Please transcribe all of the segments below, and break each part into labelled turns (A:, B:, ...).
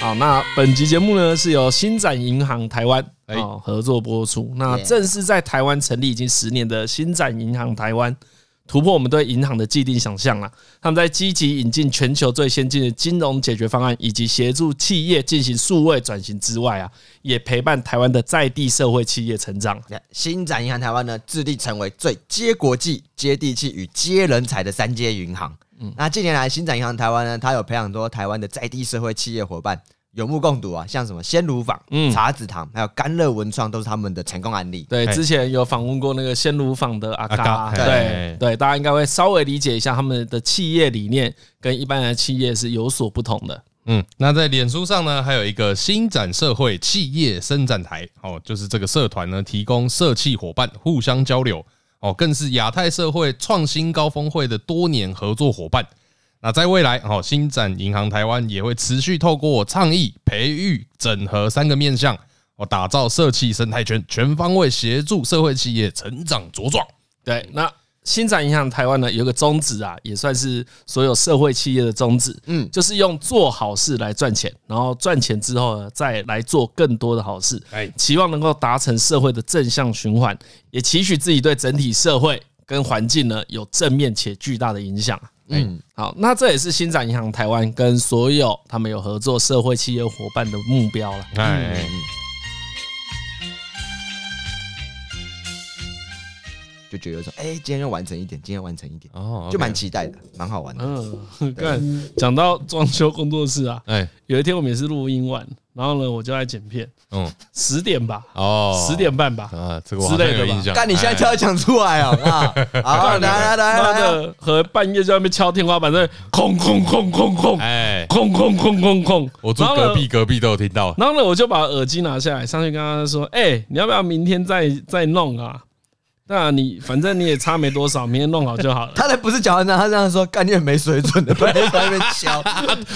A: 好，那本集节目呢是由新展银行台湾
B: 哎
A: 哦合作播出。那
B: Yeah
A: 正式在台湾成立已经十年的新展银行台湾，突破我们对银行的既定想象啦。他们在积极引进全球最先进的金融解决方案，以及协助企业进行数位转型之外啊，也陪伴台湾的在地社会企业成长。
B: 新展银行台湾呢，致力成为最接国际、接地气与接人才的三阶银行。那近年来，新展银行台湾呢，它有培养很多台湾的在地社会企业伙伴，有目共睹啊，像什么鲜乳坊、
A: 嗯
B: 茶子堂，还有甘乐文创，都是他们的成功案例。
A: 对，
C: 嘿
A: 之前有访问过那个鲜乳坊的阿
C: 阿
A: 嘎，
C: 嘎
B: 嘿
A: 对
C: 嘿
A: 对，大家应该会稍微理解一下他们的企业理念跟一般的企业是有所不同的。
C: 嗯，那在脸书上呢，还有一个新展社会企业伸展台哦，就是这个社团呢，提供社企伙伴互相交流哦，更是亚太社会创新高峰会的多年合作伙伴。那在未来哦，新展银行台湾也会持续透过倡议、培育、整合三个面向哦，打造社企生态圈，全方位协助社会企业成长茁壮。
A: 对，那新展银行台湾呢有个宗旨啊，也算是所有社会企业的宗旨，嗯
B: 嗯，
A: 就是用做好事来赚钱，然后赚钱之后呢，再来做更多的好事，
C: 哎
A: 期望能够达成社会的正向循环，也期许自己对整体社会跟环境呢有正面且巨大的影响。嗯，好，那这也是新展银行台湾跟所有他们有合作社会企业伙伴的目标了。
C: 哎，
B: 就觉得有一种，哎、今天要完成一点，今天要完成一点，
C: 哦
B: 就蛮期待的，蛮好玩的。
A: 嗯，看讲到装修工作室啊，
C: 哎，
A: 有一天我们也是录音完，然后呢我就在剪片，
C: 嗯，
A: 十点吧，
C: 哦，
A: 十点半吧，
C: 啊，这个我
A: 之
C: 好像
A: 类的
C: 有
A: 吧
C: 印象。哎
B: 干，你现在就要讲出来哦！啊，好，来来来
A: 妈
B: 来来，
A: 的，和半夜就在那边敲天花板，在那边空空空空空
C: 哎，
A: 空空空空空，
C: 我住
A: 然后呢
C: 隔壁，隔壁都有听到。
A: 然后呢，我就把耳机拿下来，上去跟他说：“哎、你要不要明天再再弄啊？那你反正你也差没多少，明天弄好就好了。
B: 他才不是讲完呢，他这样说，干你很没水准的，不然在那边敲。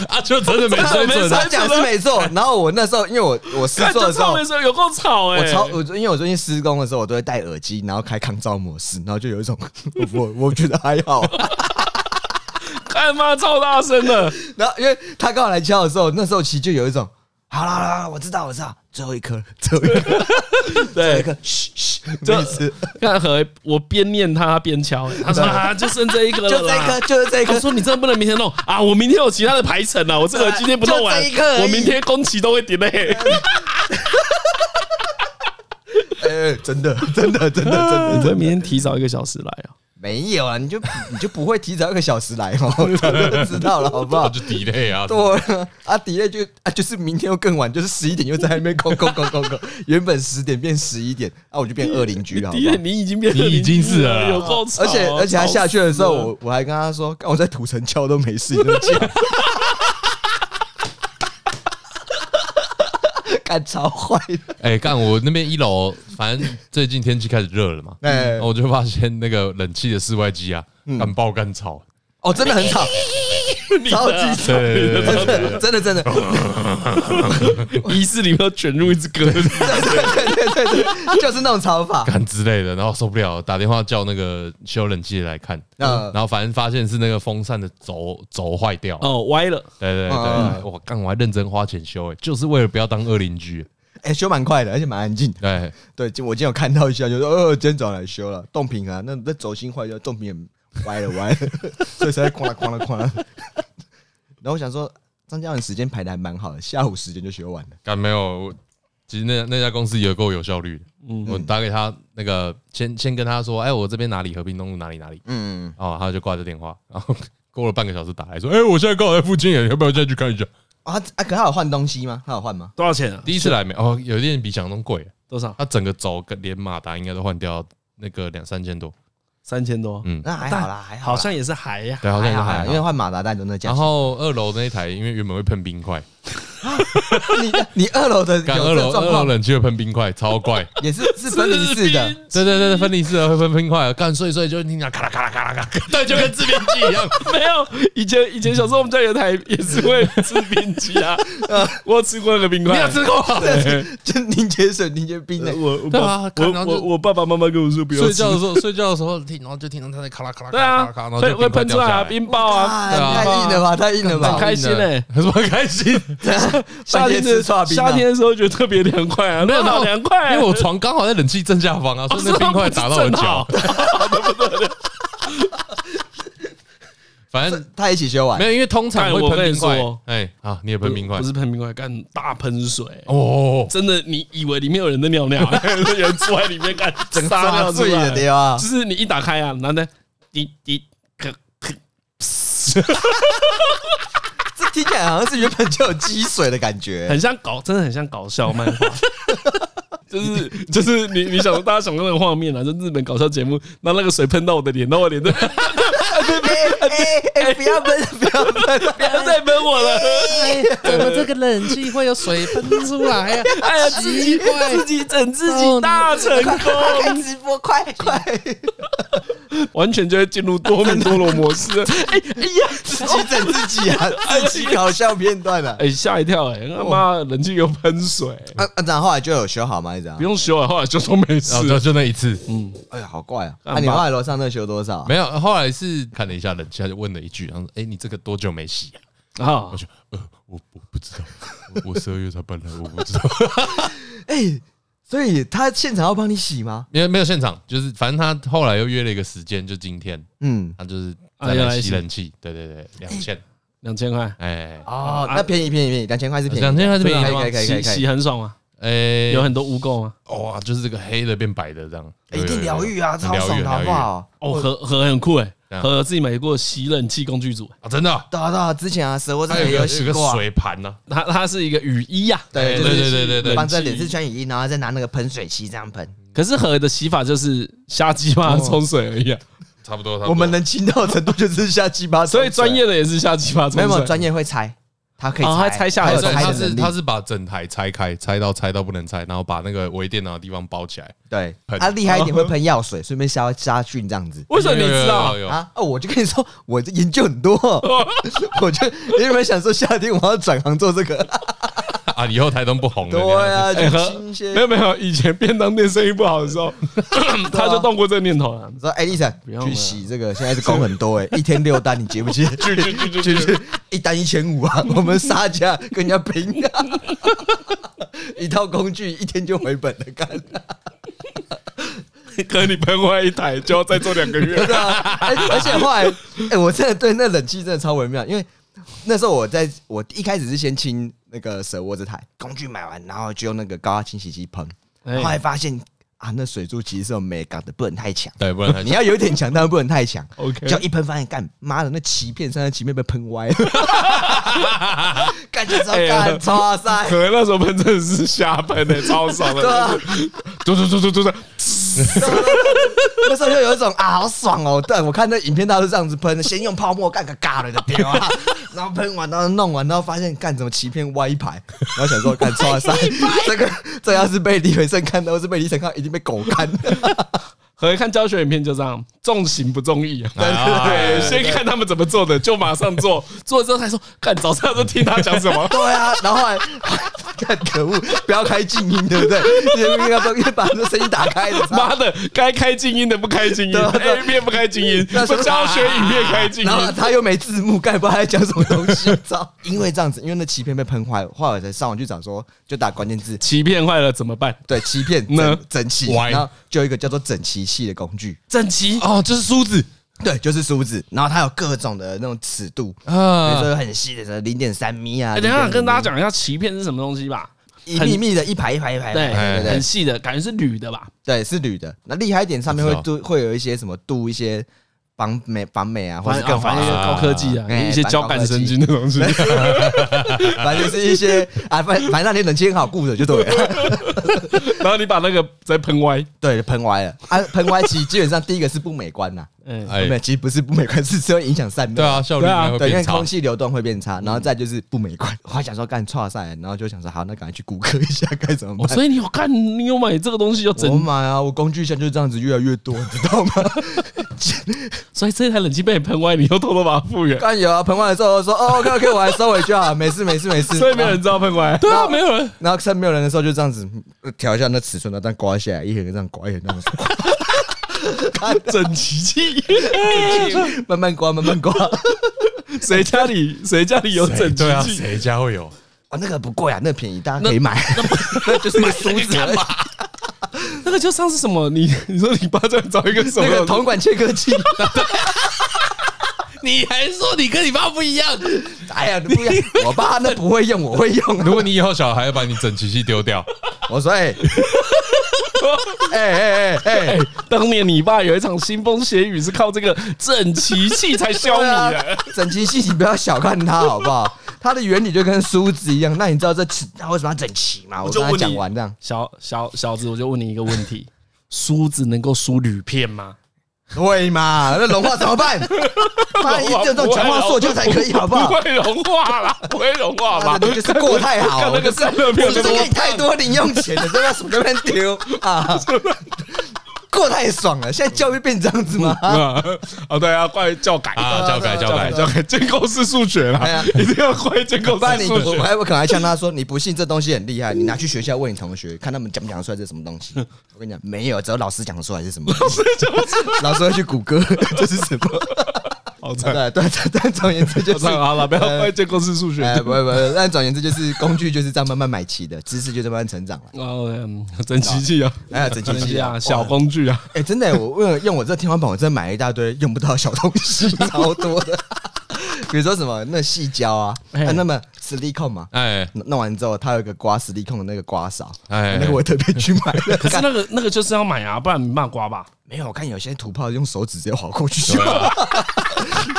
C: 啊，就真的没水准啊
B: 他讲
A: 啊
B: 是没错。然后我那时候，因为我我”试
A: 看，
B: 做
A: 就
B: 的时候
A: 上，的时候有够吵哎、
B: 我超我因为我最近施工的时候，我都会戴耳机，然后开抗噪模式，然后就有一种 我我我觉得还好。
A: 干妈超大声的，
B: 然后因为他刚好来敲的时候，那时候其实就有一种，好啦好啦，我知道我知道，最后一颗了 最后一颗了最后一
A: 对，
B: 颗，嘘嘘，
A: 就
B: 没事，
A: 看何我边念他他边敲、欸，他说啊，就剩这一个
B: 就
A: 了
B: 这一
A: 啦
B: 颗，。就是这一
A: 他
B: 颗。
A: 说：“你真的不能明天弄啊！我明天有其他的排程啊，我这个今天不弄完
B: 就这一个而，已
A: 我明天工期都会 delay。
B: 哎，真的真的真的真的。
A: 你们明天提早一个小时来啊？
B: 没有啊，你就 你就不会提早一个小时来哦， 我早就知道了，好不好？
C: 就 delay 啊。
B: 对啊，啊，底下就啊，就是明天又更晚，就是十一点又在那边 空空空空空，原本十点变十一点，啊，我就变二邻居了，好不
A: 第
B: 好
A: 二，？你已经变，
C: 你已经是了
A: 有够吵啊
B: 而且而且他下去的时候，
A: 吵死了
B: 我我还跟他说，干我在土城敲都没事，你就这样， 干超坏的，
C: 哎，干我那边一楼，反正最近天气开始热了嘛，
B: 哎
C: 然后我就发现那个冷气的室外机啊，干爆干吵。
B: 哦，真的很吵，
A: 啊
B: 超 级吵，
C: 对对对
B: 真的真的真的。
A: 仪式里面要卷入一只鸽子，
B: 对对对对，就是那种吵法。
C: 干之类的，然后受不了，打电话叫那个修冷气的来看，
B: 嗯
C: 然后反正发现是那个风扇的轴轴坏掉，
A: 哦，歪了，
C: 对对
B: 嗯
C: 对，我干我还认真花钱修，哎，就是为了不要当恶邻居，哎
B: 哎、修蛮快的，而且蛮安静的。
C: 对，
B: 对，今我今天有看到一下，就说呃，今天早上来修了动屏啊，那那轴心坏掉，动屏也歪了歪了， 所以才哐啦哐啦哐啦。然后我想说，张嘉文时间排的还蛮好的，下午时间就修完了。
C: 干没有，我其实那那家公司也够有效率的。我打给他那个，先先跟他说，哎，我这边哪里和平东路哪里哪里，
B: 嗯，
C: 哦，他就挂着电话，然后过了半个小时打来说，哎，我现在刚好在附近耶，要不要再去看一下？
B: 啊啊，可他有换东西吗？他有换吗？
A: 多少钱啊？
C: 第一次来没，哦，有一点比想象中贵，
A: 多少？
C: 他整个轴跟连马达应该都换掉那个两三千多，
A: 三千多，
C: 嗯，
B: 那还好啦，还好
A: 好
B: 啦，
A: 像也是还呀。
C: 对，好像
B: 还
C: 是
B: 好啦，
C: 还
B: 因为
C: 好。
B: 换马达蛋都那价
C: 然
B: 钱。
C: 后二楼那一台，因为原本会喷冰块，
B: 你你二楼的有
C: 干二
B: 这
C: 楼
B: 个
C: 二
B: 状
C: 楼
B: 况，
C: 冷气会喷冰块，超怪。
B: 也是是分离式的。
C: 对对对，分离式的会喷冰块，干碎碎就听到咔啦咔啦咔啦咔啦，对，就跟制冰机一样。
A: 没有，以前以前小时候我们家有台也是会吃冰机 啊，我有吃过那个冰
C: 你
A: 块
C: 有。吃 过？
B: 就凝结水、凝结冰 的，
A: 我我
C: 对啊
A: 爸
C: 看
A: 我
C: 然后就
A: 我我爸爸妈妈跟我说不要
C: 睡
A: 吃
C: 觉，的时候，睡觉的时候听，然后就听到他在咔啦咔啦
A: 对
C: 咔啦
A: 啊
C: 咔啦咔啦，然，后
A: 所以
C: 就
A: 会喷出来啊，
C: 冰
A: 冰雹啊，
B: 啊太硬了吧，太硬了
A: 很
B: 吧！
A: 开心嘞。欸
C: 块掉下来，很开心。
A: 上夏天
B: 吃
A: 的
B: 刨冰啊
A: 夏天的时候觉得特别凉快啊，热闹凉快啊、
C: 因为我床刚好在冷气正下方
A: 哦
C: 啊，所以那 冰块打到我脚，反正
B: 他一起修完
C: 没，有，因为通常会
A: 干我
C: 喷冰
A: 跟你
C: 块
A: 说。
C: 哎，啊，你也喷冰块
A: 不？是喷冰块，干大喷水。
C: 哦，
A: 真的，你以为里面有人在尿 尿，有人坐在里面干，整
B: 整个
A: 尿出
B: 自己的
A: 来，
B: 地方
A: 就。是你一打开啊，然后呢，滴滴，咳咳，
B: 这听起来好像是原本就有积水的感 觉。
A: 很像搞，真的很像搞笑漫画。 就是就是你你想大家想象那个画面啊，就日本搞笑节目，那那个水喷到我的脸，那我脸都 不
B: 哎哎哎！不要喷，不 要喷！
A: 要再喷我 了，
C: 怎么这个冷气会有水喷出来呀？
A: 哎呀，自己自己整自己大成功，
B: 哦开直播，快快！
A: 完全就会进入多米多罗模 式。哎哎呀，
B: 自己整自己啊，自己搞笑片段啊。
A: 哎吓一跳，哎他妈冷气有喷水，
B: 啊啊！然后后来就有修好吗？一直啊
A: 不。用修了，后来就说没事
C: 然后。哦就就那一次，
B: 哎呀，好怪啊！
A: 干
B: 啊，
A: 嘛
B: 你后来楼上那修多少啊？
C: 没有。后来是看了一下冷气，他就问了一句，他说：“哎，你这个多久没洗啊
A: 啊？”
C: 我，就呃，我我不知道，我我十二月才搬来，我不知道。
B: 哎，所以他现场要帮你洗吗？
C: 没有没有现场，就是反正他后来又约了一个时间，就今天，
B: 嗯，
C: 他就是
A: 啊
C: 再
A: 要
C: 来
A: 来
C: 洗
A: 洗
C: 冷气，对对
B: 哎
C: 对，两千，
A: 两千块，
C: 哎，
B: 哦，那便宜便宜便宜，两千块是便宜的，
C: 两千块是便宜的吗
B: 可以可以可
A: 洗
B: 以可以
A: 洗。很爽啊吗？
C: 啊哎，
A: 有很多污垢吗？
C: 哇，就是这个黑的变白的这样，
B: 哎一定疗愈啊，
C: 很
B: 超
C: 疗
B: 爽
C: 愈
B: 的好
C: 很
B: 不
C: 疗愈
B: 好？
A: 哦，和和很酷哎
C: 对啊，
A: 和自己买过洗冷气工具组，哎
C: 啊，真的啊，
B: 对啊对啊，之前啊，蛇窝这
C: 它有
B: 里
C: 一
B: 也
C: 个有一
B: 洗
C: 个
B: 过啊。
C: 水盘呢，
A: 它它是一个雨衣呀，
B: 对
C: 哎
B: 就是
C: 对对对对
B: 帮这脸是穿雨衣，然后再拿那个喷水器这样喷。
A: 可是和的洗法就是瞎鸡巴冲水而已啊，
C: 差不多，差不多
B: 我们能亲到的程度就是下鸡巴，
A: 所以专业的也是瞎鸡巴冲
B: 没有没有
A: 水。
B: 专业会拆，他可以
A: 哦他拆下来
B: 他有
C: 哎所以
B: 拆
C: 他
B: 的
C: 是
B: 能力
C: 他是把整台拆开，拆到拆到不能拆，然后把那个微电脑的地方包起来。
B: 对，
C: 喷
B: 他厉害一点会喷药水，顺便杀杀菌这样子。
A: 为什么你知道
C: 有？有有有
B: 啊哦，我就跟你说，我这研究很 多，我就原本想说夏天我要转行做 这个，
C: 啊，以后台东不红了。
B: 对啊，
A: 哎
B: 就
A: 和
B: 新
A: 没
B: 鲜。
A: 有没有，以前便当店生意不好的时候，他就动过这个念头了。
B: 你说，哎，丽晨
A: 用了
B: 去洗这个，现在是工 很多哎，一天六单，你接不接？
A: 去去去
B: 就
A: 去去！
B: 是一单一千五 啊，我们杀价跟人家拼啊， 一套工具一天就回本了，干。
A: 可能你喷坏一台就要再做两个月。
B: 对啊，而而且后来，哎、我真的对那冷气真的超微妙，因为那时候我在我一开始是先清那个手握这台工具买完，然后就用那个高压清洗机喷，
A: 哎
B: 后来发现啊，那水柱其实是有美感的，不能太强。
C: 对，不然台
B: 你要有点强，但不能太强。
A: OK
B: 就一喷发现，干妈的那鳍片，三十鳍片被喷 歪了， 干就知道
A: 哎呀
B: 干超塞，
A: 可能那时候喷真的是瞎喷的，超爽
B: 对啊
A: 的。，嘟嘟嘟嘟嘟嘟，
B: 那时候就有一种啊，好爽哦！但我看那影片，大家都这样子喷，先用泡沫干个嘎了就丢啊， 然后喷完，然后弄完，然后发现干什么鳍片歪一排，然后想说干错塞，这个这要是被李伟胜看到，是被李晨看到，一定被狗干。。
A: 和看教学影片就这样，重刑不重义啊。
C: 哎
A: 对，先看他们怎么做的，就马上做。做了之后才说，看早上都听他讲什么
B: 对啊，然后后来 干可恶，不要开静音，对不 对？应该不应该把那声音打开的。
A: 妈的，该开静音的不开静音
B: 对啊对
A: ，A
B: 啊
A: 片不开静 音，
B: 那
A: 不
B: 时候啊
A: 教学影片开静音
B: 然。后他又没字幕，盖不知道他在讲什么东 西。操！因为这样子，因为那鳍片被喷坏，后来我才上网去找说，就打关键字
A: 鳍片坏了怎么办？
B: 对，鳍片
A: 呢
B: 整整齐，
C: 歪
B: 然后就有一个叫做整齐器的工具，
A: 整齐
C: 哦，就是梳子
B: 对，就是梳子，然后它有各种的那种尺度，比如
C: 啊
B: 说，有很细的，零点三米啊。
A: 嗯哎，等一下
B: 0.5
A: 跟大家讲一下鳍片是什么东西吧。
B: 一密密的，一排一排一排，
A: 对，
C: 哎
B: 对
A: 很
B: 对
A: 细的感觉是铝的吧？
B: 对，是铝的。那厉害一点，上面会
C: 不知
B: 镀，会有一些什么镀一些防美防美啊，或
A: 反
B: 者
A: 正啊
B: 更
A: 反
B: 好
A: 正就
B: 的，
A: 是高科技啊，
B: 哎
A: 一些交感神经的东 西。
B: 反正就是一些啊，反反正让你冷气很好顾着就对了。
A: 然后你把那个再喷歪，
B: 对，喷歪了啊，喷歪其实基本上第一个是不美观呐，
A: 嗯，
C: 哎
B: 没，有，其实不是不美观，是是会影响散热。
C: 对啊，效率应该会
B: 对，因为
C: 变差
B: 空。气流动会变差，然后再就是不美观。我还想说干错赛，然后就想说好，那赶快去谷歌一下该怎么
A: 哦，
B: 办。
A: 所以你有看，你有买这个东西要
B: 我
A: 整，
B: 买啊，我工具箱就是这样子越来越多，你知道吗？
A: 所以这台冷气被你喷歪，你又偷偷把它复原，
B: 干有啊，喷完的时候说哦，OK OK，我还收回去啊，没事没事没事。
A: 所以没有人知道喷歪。
C: 对啊，没有人
B: 然后趁没有人的时候就这样子呃调一下那尺寸，然后这样刮下来，一横这样刮，一横这样刮，
A: 整齐器，
B: 慢慢刮，慢慢刮。哦
A: 谁家里谁家里有整
C: 对啊，
A: 齐器？
C: 谁家会有？
B: 啊，那个不贵啊，那个便宜，大家可以买。那 就是个梳子而已，
A: 那个就像是什么？你 你说你爸在找一个什
B: 那个
A: 么？
B: 铜管切割 器。
C: 你还说你跟你爸不 一样？
B: 哎呀，不要！我爸那不会用，我会用啊。
C: 如果你以后小孩把你整齐器丢掉，
B: 我说，哎，哎哎哎哎，
A: 当年你爸有一场腥风血雨是靠这个整齐器才消
B: 对
A: 弭
B: 啊
A: 的。
B: 整齐细，你不要小看它，好不好？它的原理就跟梳子一样。那你知道这它为什么要整齐吗？我
A: 就
B: 跟他
A: 问
B: 讲
A: 你
B: 完这样，
A: 小小小子，我就问你一个问题：梳子能够梳铝片吗？
B: 对嘛？那融化怎么办？妈，一定要这种强化塑胶才可以，好不好
A: 不？啊会融化啦，不会融化吧？
B: 妈的，你就是过太好，
A: 看
B: 我
A: 那
B: 就
A: 个
B: 是
A: 散热
B: 我
A: 片
B: 就是给你太多零用钱了，真的什么都乱丢啊！过太爽了，现在教育变这样子吗？
A: 啊，哦对啊，怪教改
C: 啊教改教改
A: 教改，建构式数学
B: 哎
A: 啦
B: 呀，
A: 一定要怪建构
B: 不然
A: 式
B: 你
A: 数
B: 我
A: 学。
B: 还我可能还呛他说你不信这东西很厉害，你拿去学校问你同学，看他们讲不讲得出来这是什么东西。我跟你讲，没有，只有老师讲得出来是什么东西。老师会去谷歌这是什么？
A: 好惨，
B: 对对对，但总而言之 就
A: 好
B: 是
A: 惨，。好了，不要怪建构式数学。
B: 哎，不会不会，但总而言之就是工具就是这样慢慢买齐的，知识就这么慢慢成长了。
A: 哦，嗯整齐器啊，
B: 哎呀，整
A: 整
B: 齐
A: 齐
B: 器
A: 啊，小工具啊，
B: 哎、真的、我为了用我这天花板，我真的买了一大堆用不到的小东西，超多的。比如说什么那细胶啊，
A: 哎
B: 啊那么 silicone 嘛，
C: 哎
B: 弄弄完之后它有一个刮 silicone 的那个刮勺，
C: 哎，
B: 那个我特别去买 了。
A: 可是那个那个就是要买啊，不然没办法刮吧？
B: 没有，我看有些土炮用手指直接划过去就好 了。而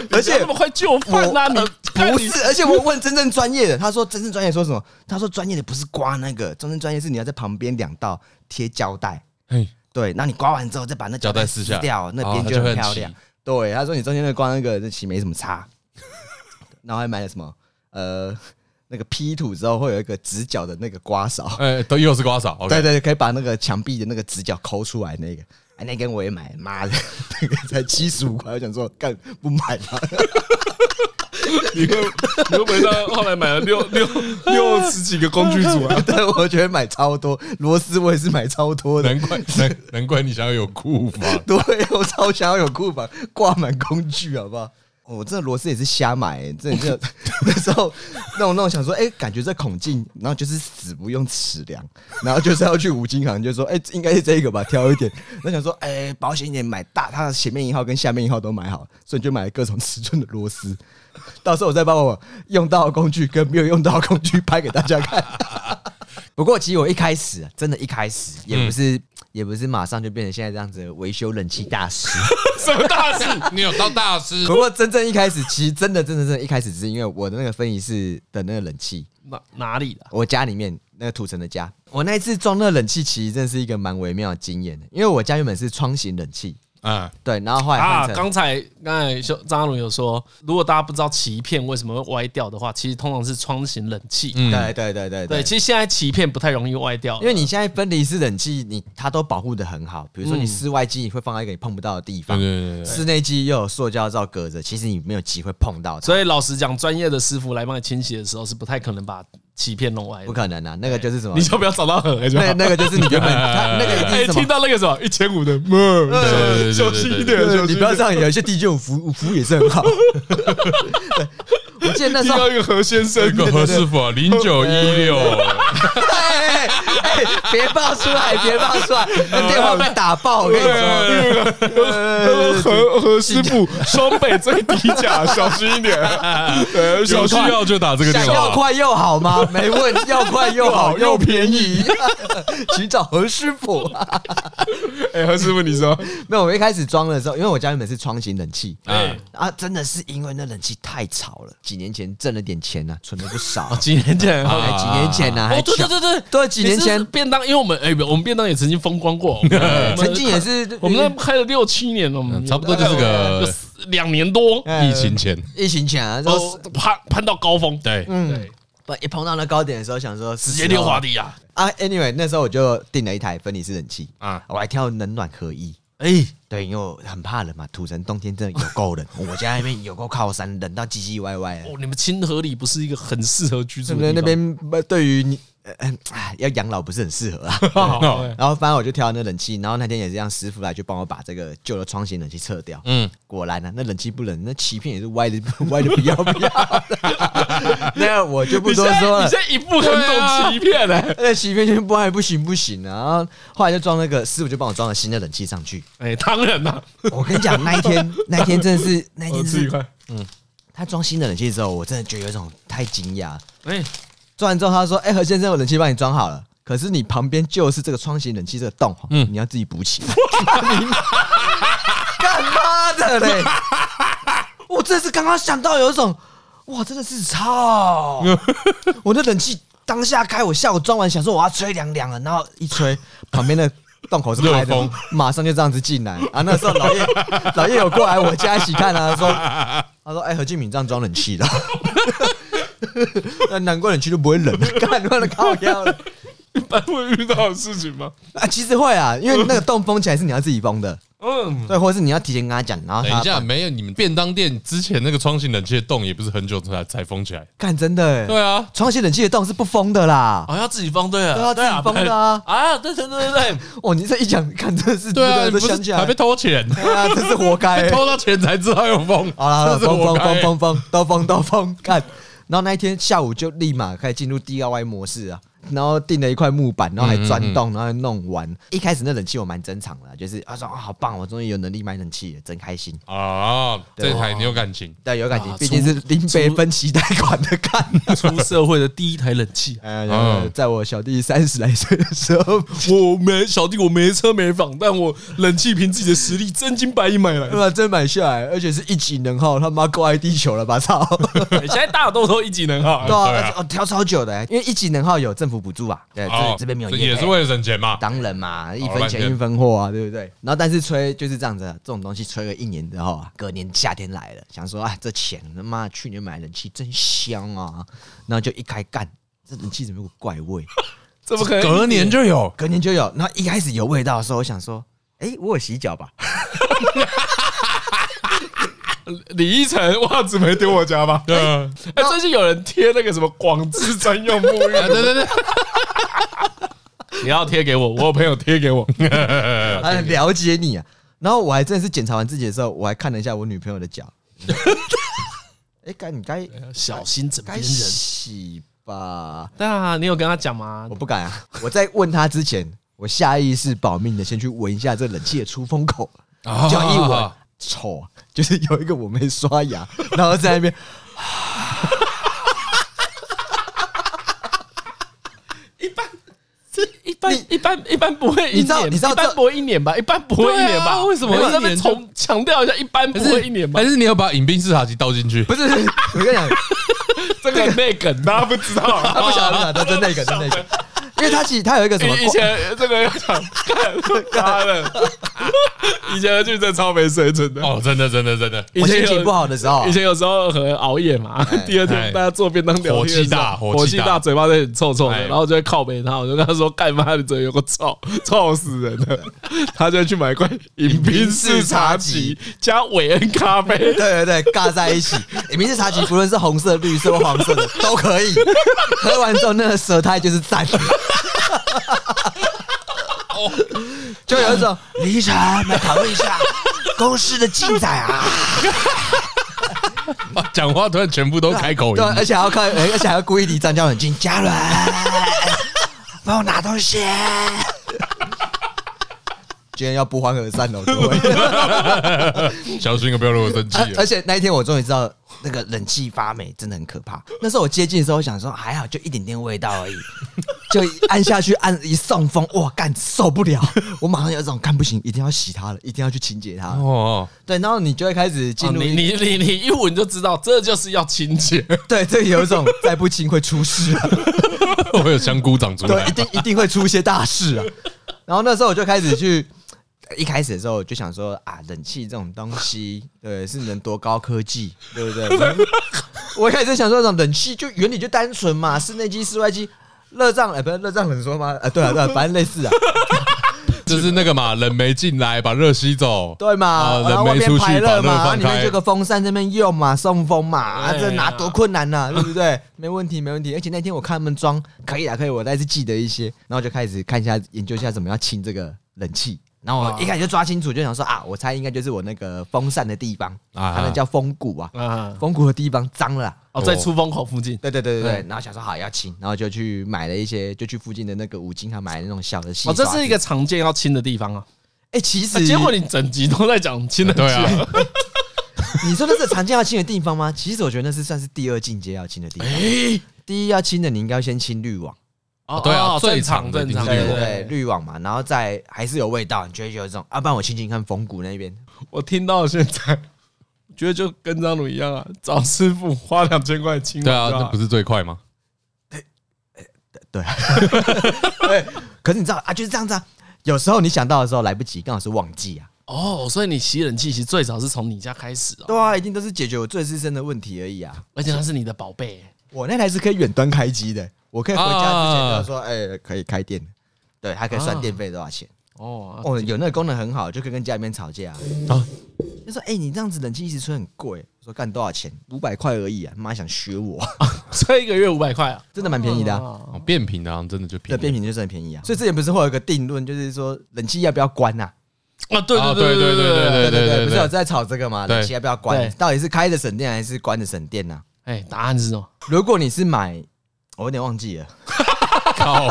A: 你不要
B: 且
A: 那么快就范啊，
B: 我呃
A: 你
B: 不是，而且我问真正专业的，他说真正专业说什么？他说专业的不是刮那个，真正专业是你要在旁边两道贴胶带。
C: 嘿
B: 对，那你刮完之后再把那
C: 胶带撕
B: 撕
C: 下来
B: 掉，那
C: 哦
B: 边
C: 它
B: 就
C: 就
B: 很
C: 会很
B: 漂
C: 齐
B: 亮。对，他说你中间那刮那个那其实没什么差。然后还买了什么？呃，那个 P 土之后会有一个直角的那个刮勺，
C: 哎，都又是刮勺，
B: 对对
C: OK，
B: 对，可以把那个墙壁的那个直角抠出来那个。哎，那根我也买，妈的， 那个才七十五块，我想说干不买了。
A: 你会你会不会到后来买了六六 六十几个工具组啊？
B: 对，我觉得买超多螺丝，我也是买超多的
C: 难。怪难难怪你想要有库房，
B: 对，我超想要有库房挂满工具，好不好？哦我真的螺丝也是瞎买、欸，真 的就那时候那种那种想说，哎、感觉这孔径，然后就是死不用尺量，然后就是要去五金行，就说，哎、应该是这个吧，挑一点。那想说，哎、保险一点买大，它的前面一号跟下面一号都买好，所以就买了各种尺寸的螺丝。到时候我再把我用到的工具跟没有用到的工具拍给大家看。不过，其实我一开始啊真的，一开始也不是、也不是马上就变成现在这样子的维修冷气大师。
C: 什么大师？你有当大师
B: 不过，真正一开始，其实真的真的真的，一开始只是因为我的那个分仪室的那个冷气，
A: 哪哪里的？
B: 我家里面那个土城的家，我那一次装那个冷气，其实真的是一个蛮微妙的经验的，因为我家原本是窗型冷气，
C: 啊？
B: 对，然后后来
A: 啊，
B: 换成、
A: 刚才刚才修张阿伦有说，如果大家不知道鳍片为什么会歪掉的话，其实通常是窗型冷气。
C: 嗯，
B: 对对对对
A: 对，
B: 对。
A: 其实现在鳍片不太容易歪掉了，
B: 因为你现在分离式冷气，你它都保护的很好，比如说你
A: 嗯
B: 室外机会放在一个你碰不到的地
C: 对
B: 方，
C: 对对对，
B: 室内机又有塑胶罩隔着，其实你没有机会碰到它。
A: 所以老实讲，专业的师傅来帮你清洗的时候是不太可能把鳍片弄歪
B: 不
A: 的。
B: 可能啊，那个就是什么
A: 你？就不要找到很就好
B: 那。那个就是你原本他那个一定
A: 哎，
B: 是什
A: 听
B: 么？
A: 到那个什么一千五的，嗯
C: 对对对对对对
A: 小心一点，小心一点
B: 你不要这样，有一些地震服务服务也是很好。对我记得那
A: 听
B: 时候
A: 到，一个何先生
C: 这，个何师傅啊，零九一六，
B: 哎哎哎，别爆出来，别爆出来，那电话被打爆，我跟你说。呃
A: 何何师 傅双倍最低价，小心一点，呃，
C: 有需要就打这个
B: 想
C: 电
B: 要
C: 话。
B: 快又好 吗？没问，要快又好
A: 又
B: 又便宜， 请找何师傅。
A: 哎，何师傅，你说，
B: 没有，我一开始装的时候，因为我家原本是窗型冷气，
A: 哎，
B: 啊，真的是因为那冷气太吵了。几年前挣了点钱呢、啊，存了不少、
A: 哦， 几年前，
C: 啊
B: 哎，几年前呢、啊，
A: 哦，
B: 还
A: 对对
B: 穷
A: 对对，
B: 对几年前
A: 你是便当，因为我们哎，我们便当也曾经风光过，我 们我们
B: 曾经也是
A: 我们那开了六七年了，我们
C: 嗯差不多就是个
A: 有四两年多，
B: 哎
C: 疫情前，
B: 疫情前啊，
A: 都
B: 都
A: 攀攀到高峰，
C: 对，
A: 对，
B: 不一碰到那高点的时候，想说直
A: 直接溜滑梯啊！
B: 啊。Anyway，那时候我就订了一台分离式冷气
C: 啊
B: 啊，我还挑冷暖合一。
A: 哎，
B: 对，因为我很怕冷嘛，土城冬天真的有够冷，我家那边有够靠山，冷到唧唧歪歪的。
A: 哦哦，你们清河里不是一个很适合居
B: 是
A: 住
B: 不是
A: 的
B: 那
A: 地方？
B: 边呃对于你 呃嗯哎要养老不是很适 合啊。
A: 好
B: 然后反正我就调那冷气，然后那天也是让师傅来就帮我把这个旧的窗型冷气撤掉。
C: 嗯，
B: 果然呢、啊那冷气不冷，那鳍片也是歪的 歪的不要不要的。 那我就不多说
A: 你
B: 了啊
A: 现。在一步很懂欺骗嘞。
B: 那鳍片就不歪不行不行啊！然后后来就装那个师傅就帮我装了新的冷气上去。
A: 哎，当然啦，
B: 我跟你讲，那一 天那一天真的是那一
A: 我
B: 天真
A: 自己
B: 是
A: 快。
B: 他装新的冷气之后，我真的觉得有一种太惊讶了。
A: 哎，
B: 装完之后，他说：“哎、何先生，我冷气帮你装好了，可是你旁边就是这个窗型冷气这个洞，嗯，你要自己补 起来。”干妈的 嘞！我真的是刚刚想到有一种，哇，真的是 操！我的冷气当下开，我下午装完想说我要吹凉凉了，然后一吹，旁边的洞口是开
C: 热风
B: 的，马上就这样子进来啊！那时候老叶老叶有过来我家一起看啊，说他说：“哎、何敬敏这样装冷气的。” 那难怪冷气就不会 冷，干乱了靠腰了
A: 一般会遇到的事情吗？
B: 啊！其实会啊，因为那个洞封起来是你要自己封的，
A: 嗯，
B: 对，或者是你要提前跟他讲，然后
C: 等
B: 他
C: 一下，没有你们便当店之前那个窗型冷气的洞也不是很久才才封起来。
B: 干真的、欸，
C: 对啊，
B: 窗型冷气的洞是不封的啦。
A: 哦，要自己封对啊，
B: 对啊自己封的啊
A: 啊，对对对对对，
B: 哦，你这一讲，看真的是
C: 对啊，
B: 这
C: 你
B: 个
C: 不
B: 都想起
C: 是
B: 来
C: 还被偷钱，
B: 对啊，真是活该、
C: 被
B: 欸。
C: 偷到钱才知道有封，
B: 好啦，好啦
C: 这是
B: 封
C: 我
B: 封
C: 该
B: 封
C: 欸。
B: 封封都封都封，干。然后那一天下午就立马开始进入 DIY 模式啊，然后订了一块木板，然后还钻
C: 嗯
B: 洞，然后还弄完。一开始那冷气我蛮珍藏的啊，就是啊说啊好棒，我终于有能力买冷气了，真开心。
C: 啊，这台你有感情，
B: 对，有感
A: 啊
B: 情，毕竟是林北分期贷款的 干。。
A: 出社会的第一台冷气
B: 呃，然后
C: 嗯
B: 在我小弟三十来岁的时 候，
A: 我没小弟，我没车没房，但我冷气凭自己的实力真金白银买来
B: 他。妈真买下来，而且是一级能耗，他妈够爱地球了吧？ 操！
A: 哎现在大家都说一级能耗
B: 对啊，
C: 对啊
B: 而且哦调超久的欸，因为一级能耗有政府补助啊，对，
C: 哦
B: 这这边没有
C: 这
B: 业
C: 也
B: 配
C: 是为哦了省钱嘛。
B: 当然嘛，一
C: 好半
B: 分
C: 天
B: 钱一分货啊，对不对？然后但是吹就是这样子，这种东西吹个一年之后啊，隔年夏天来了，想说啊，这钱他妈去年买的冷气真香啊，然后就一开干，这冷气怎么有股怪味？
A: 怎么可能？
C: 隔年就有，
B: 隔年就有，然后一开始有味道的时候，我想说，哎、我有洗脚 吧？
A: 李依晨袜子没丢我家吧？
C: 对啊，
A: 哎，最近有人贴那个什么广智专用 沐浴
C: 对
A: 露，
C: 对对，
A: 你要贴给我，我有朋友贴给我。
B: 啊，了解你啊。然后我还真的是检查完自己的时候，我还看了一下我女朋友的脚， 哎、该你该
A: 小心枕边
B: 该
A: 人。
B: 洗吧？
A: 对啊，你有跟他讲吗
B: 我？不敢啊！我在问他之前，我下意识保命的先去闻一下这冷气的出风口，
C: 啊
B: 就一闻，臭啊，就是有一个我没刷牙， 然后在那边
A: 一般，这一般一般一般不会一
B: 你知道
A: 年，
B: 你知道
A: 一般
B: 这
A: 不会一年吧？一般不会一年
C: 对
A: 吧？
C: 啊为什么
A: 我在那
C: 一
A: 边
C: 年就
A: 重强调一下，一般不
C: 还
A: 会一年
C: 是
A: 吧
C: 还？是你要把饮冰式茶机倒进去？
B: 不是，不是我跟你讲，
A: 这个那梗大家不知道啊。
B: 他不晓得，他不晓得，真那个，真那个，因为他其实他有一个什么
A: 以以前这个要 想看他了， 以前的剧真的超没水准的。
C: 哦，真的真的真的，
A: 以
B: 我
A: 前
B: 心
A: 有
B: 情不好的时候啊
A: 以，前有时候很熬夜嘛， 第二
C: 哎
A: 天大家做便当聊天的时候
C: 火气大火
A: 哎
C: 气大
A: 火气大，嘴巴都很臭臭的
C: 哎，
A: 然后就会靠北他，我就跟他说：“干妈，你嘴有个臭， 臭死人了。”他就会去买一罐饮冰式茶
B: 饮
A: 几加韦恩咖啡
B: 对， 对对，尬在一起。欸你明治茶几不论是红色、绿色或黄色的都可以，喝完之后那个舌苔就是赞。就有一种李晨来讨论一下公司的进展啊，
C: 啊讲话突然全部都开口音
B: 对，，啊而且还要看，而且还要故意离张嘉伦近。嘉伦，帮我拿东西。今天要不欢而散了，各位。
C: 小心啊，不要惹我生气
B: 而
C: 啊。
B: 而且那一天我终于知道那个冷气发霉真的很可怕。那时候我接近的时候，我想说还好，就一点点味道而已， 就一按下去按一送风，哇，干受不了！我马上有一种干不行，一定要洗它了，一定要去清洁它。
C: 哦，
B: 对，然后你就会开始进
A: 哦
B: 入
A: 你
B: 一、
A: 你你你一闻就知道，这就是要清洁。
B: 对，这有一种再不清会出事、啊，
C: 我有香菇长出
B: 对，
C: 来
B: 一，定一定会出一些大事啊。然后那时候我就开始去。一开始的时候我就想说啊，冷气这种东西，对，是能多高科技，对不对？我一开始想说，这种冷气就原理就单纯嘛，呃室内机、室外机，热胀哎，不是热胀冷缩吗？啊，对啊，对啊，反正类似啊。
C: 就是那个嘛，冷媒进来把热吸走，
B: 对嘛
C: 啊，
B: 然后外
C: 人
B: 面
C: 没出去
B: 排
C: 把
B: 热
C: 热
B: 嘛，
C: 放
B: 里面
C: 开
B: 就有个风扇这边用嘛，送风嘛，啊，
A: 哎
B: 这
A: 呀
B: 拿多困难啊呐，对不对？ 没问题，没问题。而且那天我看他们装，可以啊，可以，我再次记得一些，然后就开始看一下，研究一下怎么样清这个冷气。然后我一开始就抓清楚，就想说啊，我猜应该就是我那个风扇的地方，
C: 啊
B: 他们叫风骨啊，
A: 啊，
B: 风骨的地方脏了啊。
A: 哦，在出风口附近，
B: 对对对对对，然后想说好要清，然后就去买了一些，就去附近的那个五金行买那种小的细
A: 哦，
B: 刷子。
A: 这是一个常见要清的地方啊。
B: 哎，其
A: 啊
B: 实
A: 结果你整集都在讲清冷
C: 对
A: 气，
C: 啊，
B: 你说那是常见要清的地方吗？ 其实我觉得那是算是第二境界要清的地
A: 哎
B: 方。第一要清的，你应该要先清滤网，
A: 哦
C: 对啊
A: 哦
C: 最
A: 正
C: 常
A: 常
C: 的
A: 正常，
C: 就是
B: 对
C: 滤
B: 对
C: 网
B: 对，滤网嘛，然后再还是有味道，你觉得有一种，啊，不然我清清看风骨那边，
A: 我听到现在，我觉得就跟张鲁一样啊， 找师傅花两千块清
C: 对啊
A: 完，就好
C: 那不是最快吗？
B: 对， 可是你知道啊，就是这样子啊，有时候你想到的时候来不及，刚好是旺季啊，
A: 哦，所以你洗冷气其实最早是从你家开始哦，
B: 对啊，一定都是解决我最自身的问题而已啊，
A: 而且它是你的宝贝。
B: 我那台是可以远端开机的，我可以回家之前就说，哎、可以开电，对，还可以算电费多少钱。
A: 哦，啊
B: 哦，有那个功能很好，就可以跟家里面吵架啊。
C: 哦
A: 啊
B: 就说哎、你这样子冷气一直吹很贵，我说干多少钱？五百块而已啊！妈想学我，
A: 吹一个月五百块啊，
B: 真的蛮便宜的、啊。
A: 啊
C: 哦变频的好像真的就
B: 对，
C: 便
B: 变
C: 宜，
B: 频就真的便宜啊。所以之前不是会有一个定论，就是说冷气要不要关呐、啊？
A: 啊！对
C: 啊
A: 对
C: 对对
A: 对
C: 对对
B: 不是有在吵这个吗？
C: 对
B: 冷气要不要
A: 对
B: 关？到底是开着省电还是关着省电呐、啊？
A: 哎，答案是什么？
B: 如果你是买，我有点忘记了，
C: 靠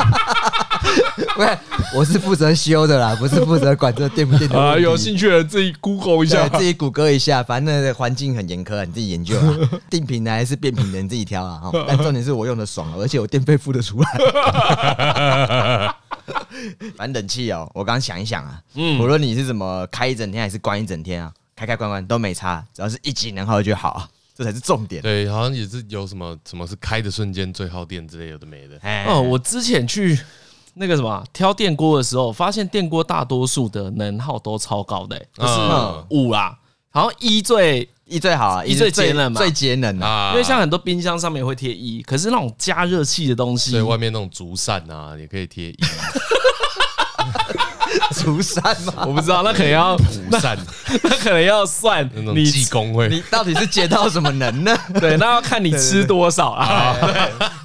B: 不是，我是负责修的啦，不是负责管这电不电的
C: 啊
B: 问题
A: 啊趣的人自己 Google
B: 对自己谷歌一下，反正那个环境很严苛，你自己研究啊。定频的还是变频的，你自己挑啊。哈但重点是我用的爽，而且我电费付得出来。反正冷气哦，我刚想一想啊，
A: 嗯
B: 无论你是怎么开一整天还是关一整天啊，开开关关都没差，只要是一级能耗就好啊，这才是重点。
C: 对，好像也是有什么什么是开的瞬间最耗电之类有的没的，
B: 哎
A: 哦，我之前去那个什么挑电锅的时候，发现电锅大多数的能耗都超高的、欸，
C: 嗯
A: 五啦，然后一最，
B: 一最好啊，
A: 一最
B: 最
A: 节能嘛
B: 最节能啊。
C: 啊
A: 因为像很多冰箱上面会贴一，可是那种加热器的东西
C: 所以，外面那种竹扇啊，也可以贴一
B: 竹山嘛，
A: 我不知道，那可能要
C: 竹扇，
A: 那可能要算
C: 嗯那种
A: 你
C: 技工会
B: 你到底是节到什么能呢？
A: 对，那要看你吃多少啊。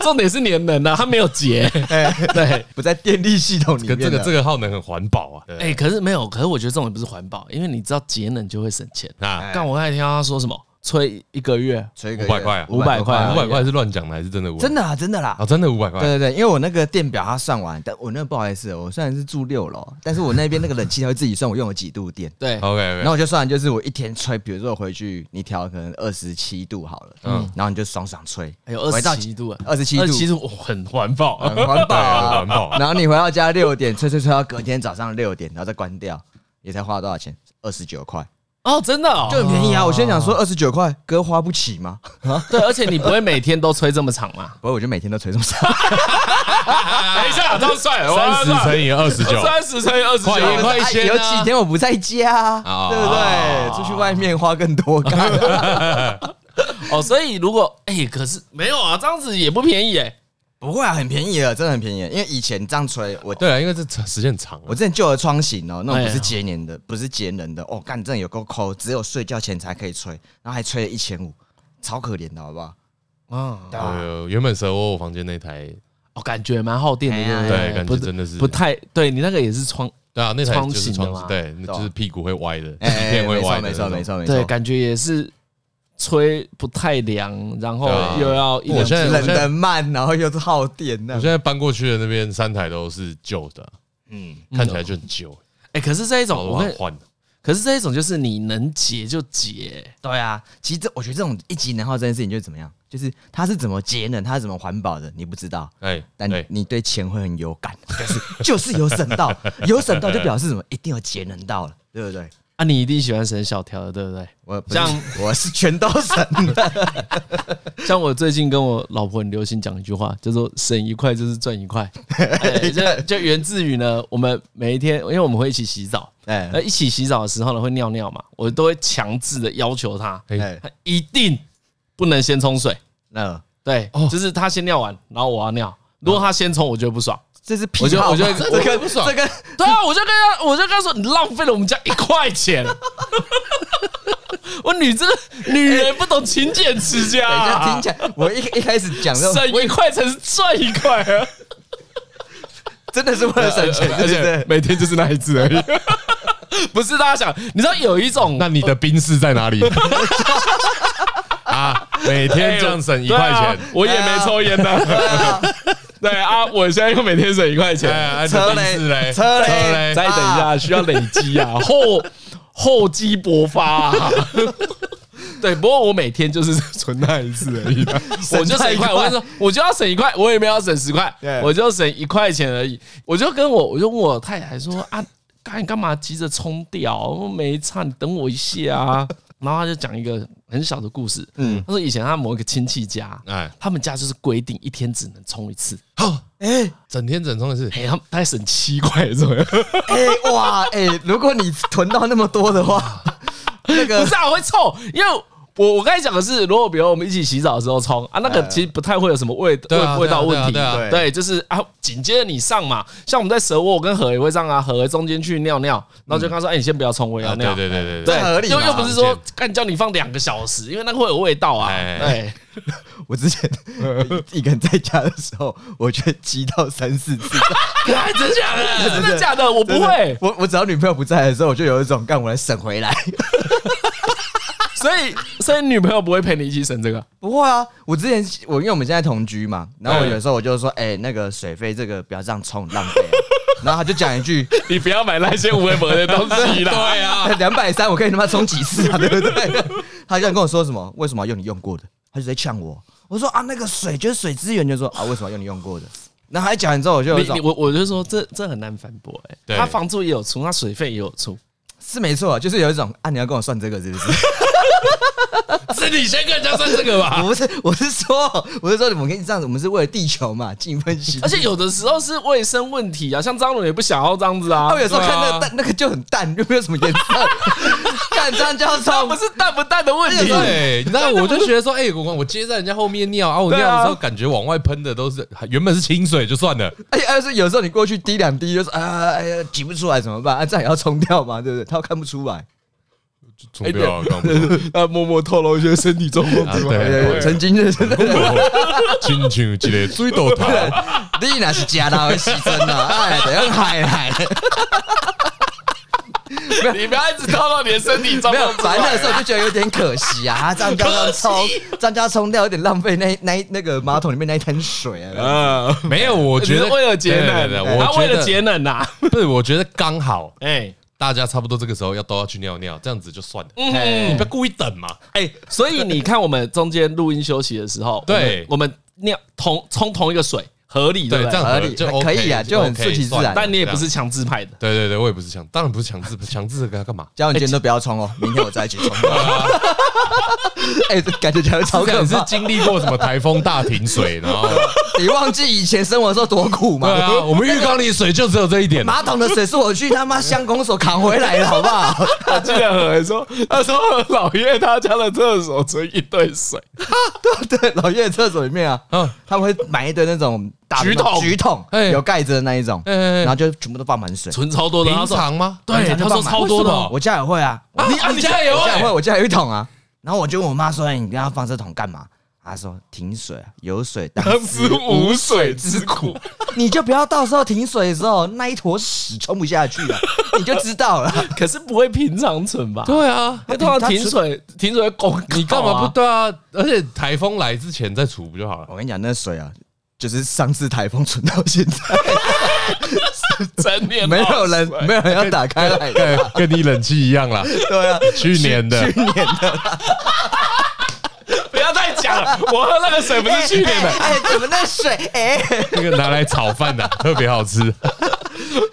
A: 重点是年能啊，它没有节。对，
B: 哎不在电力系统里
C: 可
B: 面啊
C: 这个
B: 的
C: 这个耗能很环保啊。
A: 哎、可是没有，可是我觉得这种也不是环保，因为你知道节能就会省钱。
C: 啊，
B: 哎
A: 但我刚才听到他说什么，吹一个月
B: 吹个
C: 500块啊
A: 500块啊
C: 五百块是乱讲的还是真的500？
B: 真的啊，真的啦
C: 啊，。真的五百块。
B: 对对对，因为我那个电表它算完，但我那个不好意思，我虽然是住六楼，但是我那边那个冷气它会自己算我用了几度电，
A: 对
C: OK
B: 然后
C: OK，
B: 我就算就是我一天吹，比如说我回去你调可能二十七度好了，嗯，然后你就爽爽吹，
A: 还哎有
B: 回
A: 二
B: 到
A: 十七度啊，
B: 27度
A: 二十七度我很环保。
B: 很环保
C: 对很
B: 啊，
C: 环保
B: 然后你回到家六点吹吹吹到隔天早上六点，然后再关掉，也才花多少钱？二十九块，
A: 哦，真的、哦，
B: 就很便宜啊！我现在想说二十九块，哥花不起吗？？
A: 对，而且你不会每天都吹这么长嘛
B: 不过我就每天都吹这么少，
A: 等一下，这样算
C: 三十乘以二十九，
A: 哎三十乘以二十
C: 快点
A: 九，
C: 快一千啊
B: 有几天我不在家
C: 哦
B: 啊，对不对？出去外面花更多
C: 啊
B: 干嘛
A: 哦，所以如果哎、可是没有啊，这样子也不便宜哎、
B: 不会啊，很便宜了，真的很便宜了。因为以前这样吹，我
C: 对啊，因为这时间很长啊。
B: 我之前旧的窗型哦，那
A: 哎
B: 种
A: 呀
B: 不是节年的，不是节能的，哦，干真的有够抠，只有睡觉前才可以吹，然后还吹了一千五，超可怜的好不 好？
A: 啊，
B: 对吧？
C: 呃，原本蛇窝我房间那台，
A: 哦，感觉蛮耗电的，
B: 哎呀
A: 对不
C: 对，
A: 对？
C: 感
A: 不
C: 觉真的是
A: 不太对你那个也是窗，
C: 对啊，那台就是
A: 窗型的
C: 窗
A: 嘛
C: 对，那就是屁股会歪的，
B: 啊哎
C: 底片会
B: 没错
C: 歪的那
B: 没错
C: 种，
B: 没错没
A: 对，
B: 错，
A: 感觉也是吹不太凉，然后
C: 对啊
A: 又要一
C: 我
A: 两
C: 现在我
B: 冷
C: 现在
B: 得慢，然后又是耗电
C: 我
B: 那
C: 现在搬过去的那边三台都是旧的，
B: 嗯，
C: 看起来就很旧，
A: 哎，可是这一种
C: 我
A: 我
C: 要
A: 跟，
C: 换。
A: 可是这一种就是你能解就解，
B: 对啊，其实这我觉得这种一级能耗这件事情就是怎么样，就是它是怎么节能，它是怎么环保的，你不知道。
C: 哎，
B: 但
C: 对，
B: 你对钱会很有感， 就是就是有省到，有省到就表示什么，一定有节能到了，对不对？
A: 啊，你一定喜欢省小条的，对不 对？
B: 我不是
A: 像
B: 我是全都省 的，
A: 像我最近跟我老婆很流行讲一句话，叫做“省一块就是赚一 块”，哎就就源自于呢，我们每一天，因为我们会一起洗澡，
B: 哎
A: 那一起洗澡的时候呢，会尿尿嘛，我都会强制的要求她，
C: 哎
B: 哎，
A: 她一定不能先冲水。
B: 那
A: 哦对，就是他先尿完，然后我要尿。如果他先冲，我就会不爽。
B: 这是
A: 我
B: 癖
A: 就
B: 好吧，
A: 我就
B: 这
C: 我
B: 跟
C: 不爽
B: 这跟
A: 对啊，我就跟他，我就跟他说，你浪费了我们家一块钱。 我女真的女人哎不懂勤俭持家、
B: 等一下
A: 啊
B: 听起，来，我一一开始讲的时候
A: 省一块钱是赚一块啊，
B: 真的是为了省钱，
A: 而
B: 对不
A: 且
B: 对？
A: 每天就是那一次而已。 不是大家想，你知道有一种
C: 那你的冰室在哪里？ 啊，每天这样省一块
A: 对啊
C: 钱，
A: 我也没抽烟的。 对啊，我现在又每天省一块钱。
C: 哎，
B: 车
C: 嘞
B: 嘞，
C: 嘞，
B: 车嘞
C: 嘞
A: 再等一下，需要累积啊， 厚厚积薄发、啊。 对，不过我每天就是存那一次而已 啊、我就省一块。我跟你说，我就要省一块，我也没有要省十块
B: 对，
A: 我就省一块钱而已。我就跟我，我就问我太太说啊，干你干嘛急着冲掉？我没差，你等我一下啊。 然后他就讲一个很小的故事，嗯，啊他说以前他某一个亲戚家，
C: 哎，
A: 他们家就是规定一天只能冲一次，
C: 好，
B: 哎
C: 整天整充的是
A: 嘿，他们大概省七块左右。
B: 哎哇哎，如果你囤到那么多的话，那
A: 不
B: 个
A: 是啊，我会臭，因为我我刚才讲的是，如果比如我们一起洗澡的时候冲啊，那个
B: 嗯
A: 其实不太会有什么味
C: 对啊
A: 味味道问题
C: 对啊对啊
B: 对啊
A: 对，就是啊，紧接着你上嘛，像我们在蛇窝，我跟何也会上啊，何也中间去尿尿，然后就跟他说，哎，你先不要冲，我也要
C: 啊，
A: 尿
C: 对。对对对
A: 对
B: 这合理，
A: 又
B: 嘛
A: 又不是说
C: 常见
A: 干叫你放两个小时，因为那个会有味道啊。
C: 哎
A: 对，
B: 我之 前一个人在家的时候，我却积到三四次。
A: 干 真的假的？真的假的？我不
B: 真的
A: 会，
B: 我我只要女朋友不在的时候，我就有一种干我来省回来。
A: 所以所以女朋友不会陪你一起省这个。
B: 不会啊，我之前我因为我们现在同居嘛，然后我
A: 嗯
B: 有时候我就说，哎、那个水费这个不要这样冲，浪费啊、然后他就讲一 句，哎
A: 你不要买那些无为博的东西啦。 对啊，
B: 两百三，我可以他妈充几次啊，对不对？他这样跟我说什么？为什么要用你用过的？他就在呛我。我说啊，那个水就是水资源，就说啊，为什么要用你用过的？然后他一讲完之后，我就有一啊
A: 你
B: 种
A: 你我我就说这这很难反驳哎、
C: 对
A: 他房租也有出，他水费也有出，
B: 是没错，就是有一种啊，你要跟我算这个是不是？
A: 是你先跟人家算这个吧。
B: 不是，我是说，我是说，我们跟你这样子，我们是为了地球嘛，尽一份心力。
A: 而且有的时候是卫生问题啊，像张伦也不想要这样子啊
B: 啊， 我。有时候看那
C: 对啊
B: 个蛋，那个就很淡，又没有什么颜色， 看这样就要
A: 那
B: 冲
A: 不。是淡不淡的问题，
C: 对，那我就觉得说，哎、我我接在人家后面尿啊，我
A: 对啊
C: 尿的时候感觉往外喷的都是，原本是清水就算了，
B: 而且而且有时候你过去滴两滴，就是啊，哎呀，挤不出来怎么办？啊，这样也要冲掉嘛，对不对？他又看不出来。
C: 冲掉啊，刚不
A: 呃，默默透露一些身体状况
C: 啊，
B: 哎呀我
C: 对，
B: 曾经就是，
C: 亲像一个水豆头，
B: 你那是假的，会牺牲 啊，哎，怎样害来？
A: 你不要一直透露你的身体状
B: 没有
A: 况，出
B: 反正那
A: 来
B: 时。候就觉得有点可惜啊，这样这样冲，这样这样冲掉有点浪费那那那个马桶里面那一滩水 啊。
A: 啊，
C: 没有，我
A: 我
C: 觉得
A: 为了节
C: 对对
A: 能，
C: 对我
A: 他
C: 觉
A: 为了
C: 得
A: 节能啊呐，
C: 不是，我觉得刚好
A: 哎，
C: 大家差不多这个时候要都要去尿尿，这样子就算了，
A: 嗯
C: 你不要故意等嘛，
A: 哎，所以你看，我们中间录音休息的时候，
C: 对
A: 我们我们尿同冲同一个水，合理对
C: 对，
A: 不
C: 这
A: 对
C: 样？
B: 合
C: 合
B: 理
C: 理就
B: 可以啊
C: OK，
B: 就很
C: OK，
B: 顺其自然
C: 算了
A: 但你也不是强制派的，
C: 对对对，我也不是强，当然不是 强制，强制给他干嘛？
B: 家人今天都不要冲哦，明天我再一 起冲。哎，这感觉起来超
C: 好
B: 可
C: 像是
B: 怕。
C: 经历过什么台风大停水，然 后
B: 你忘记以前生活的时候多苦
C: 对啊，
B: 吗？
C: 我 们浴缸里水就只有这一点，啊
B: 马桶的水是我去他妈乡公所扛回来的，好不好？
A: 我记得何说，他说老岳他家的厕所存一堆水，
B: 对对，老岳厕所里面啊，
C: 嗯，
B: 他们会买一堆那种大的
A: 橘
B: 那种
A: 桶
B: 橘桶
C: 哎
B: 有盖子的那一种，
C: 哎哎哎
B: 然后就全部都放满水。
A: 存超多的。
C: 平
A: 他说
C: 常吗？
A: 对，他说超多的哦，
B: 我家也会啊，我
A: 你啊你家也
B: 我家
A: 会
B: 也会，我家有一桶啊。然后我就问我妈说：“哎你跟他放这桶干嘛？”她说：“停水啊，有水当
A: 当
B: 思
A: 知无水之苦，
B: 你就不要到时候停水的时候那一坨屎冲不下去了，你就知道了。
A: 可是不会平常存 吧？
C: 对啊，
A: 那通常停水停水会公，
C: 你干嘛不？对啊？而且台风来之前再除不就好了？
B: 我跟你讲，那水啊，就是上次台风存到现在，
A: 整年
B: 没有人没有人要打开来的。
C: 跟你冷气一样 啦，
B: 对啊，
C: 去年的
B: 去年的，
A: 不要再讲了。我喝那个水不是去年 的
B: 哎，怎么那水？哎，
C: 那个拿来炒 饭的，特别好吃。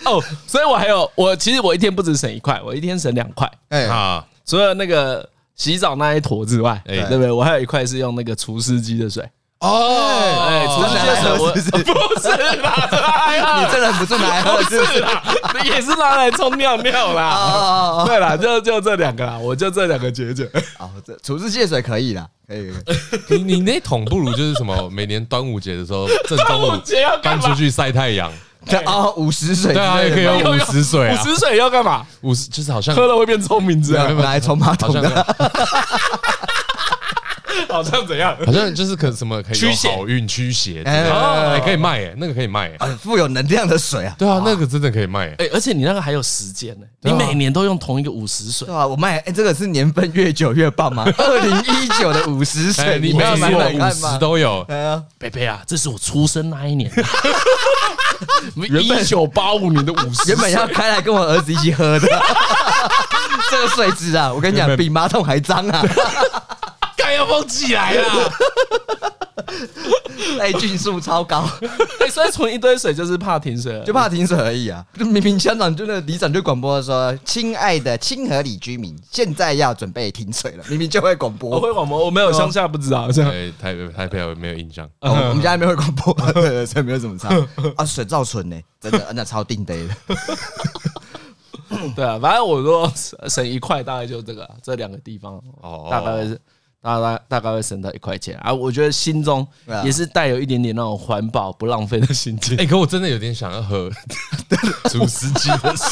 A: 哦，所以我还有我其实我一天不止省一块，我一天省两块，
B: 哎，
C: 啊，
A: 除了那个洗澡那一坨之外，
C: 哎
A: 对不对？我还有一块是用那个除湿机的水，
C: 哦
A: 哎，除湿机的水我
B: 是不是
A: 不是啦，这还好
B: 你这人不是男喝是不
A: 是
B: 是？
A: 啦， 也是拿来冲尿尿
B: 哦
A: 啦。
B: 哦
A: 对啦，就就这两个啦，我就这两个节 俭。
B: 哦哦，这厨师界水可以啦，可以。可以
C: 你你那桶不如就是什么，每年端午节的时候正中
A: 端午
C: 午
A: 节要干嘛
C: 搬出去晒太阳，
B: 啊，五十水之
C: 对啊，
B: 类的
C: 也可以
B: 吗
C: 用五十水
A: 五
C: 啊，
A: 十水要干嘛？
C: 五十就是好 像
A: 喝了会变聪明这
B: 对啊
A: 样，
B: 拿来冲马
C: 好
B: 桶
C: 像
B: 的，
A: 好像怎样？
C: 好像就是可什么可以有
A: 驱邪哦
C: 好运驱邪之类的，
B: 哎啊
C: 哎，可以卖哎，那个可以卖哎，
B: 很富有能量的水啊，
C: 对啊，那个真的可以卖哎，
A: 哎，而且你那个还有时间呢，
C: 对
A: 你
C: 啊
A: 每年都用同一个五十水
B: 对，啊，我卖，哎，这个是年份越久越棒吗？二零一九的五十
C: 哎，
B: 水，
C: 你
B: 不
C: 每
B: 要买买
C: 我五
B: 看吗
C: 十？都有，
B: 哎呀，
A: 贝贝啊，这是我出生那一年， 一九八五年的五十
B: 原本要开来跟我儿子一起喝的，这个水质啊，我跟你
C: 原
B: 讲，
C: 本
B: 比马桶还脏啊，
A: 盖要蹦起来了。
B: 哎，菌数超高，
A: 哎、所以存一堆水就是怕停水了，
B: 就怕停水而已啊。就明明乡长就那个里长就广播说：“亲爱的清河里居民，现在要准备停水了。”明明就会广播，
A: 我哦会广播，我没有乡下不知道这样。
C: 哎，台北台北我没有印象，
B: 哦我们家那边会广播，对所以没有什么差啊。水造纯呢，真的那超定的。
A: 对啊，反正我说省一块，大概就这个这两个地方，
C: 哦
A: 大概会是大大大概会省到一块钱啊。我觉得心中
B: 对啊
A: 也是带有一点点那种环保不浪费的心 情。
C: 哎，可我真的有点想要喝 主司机的水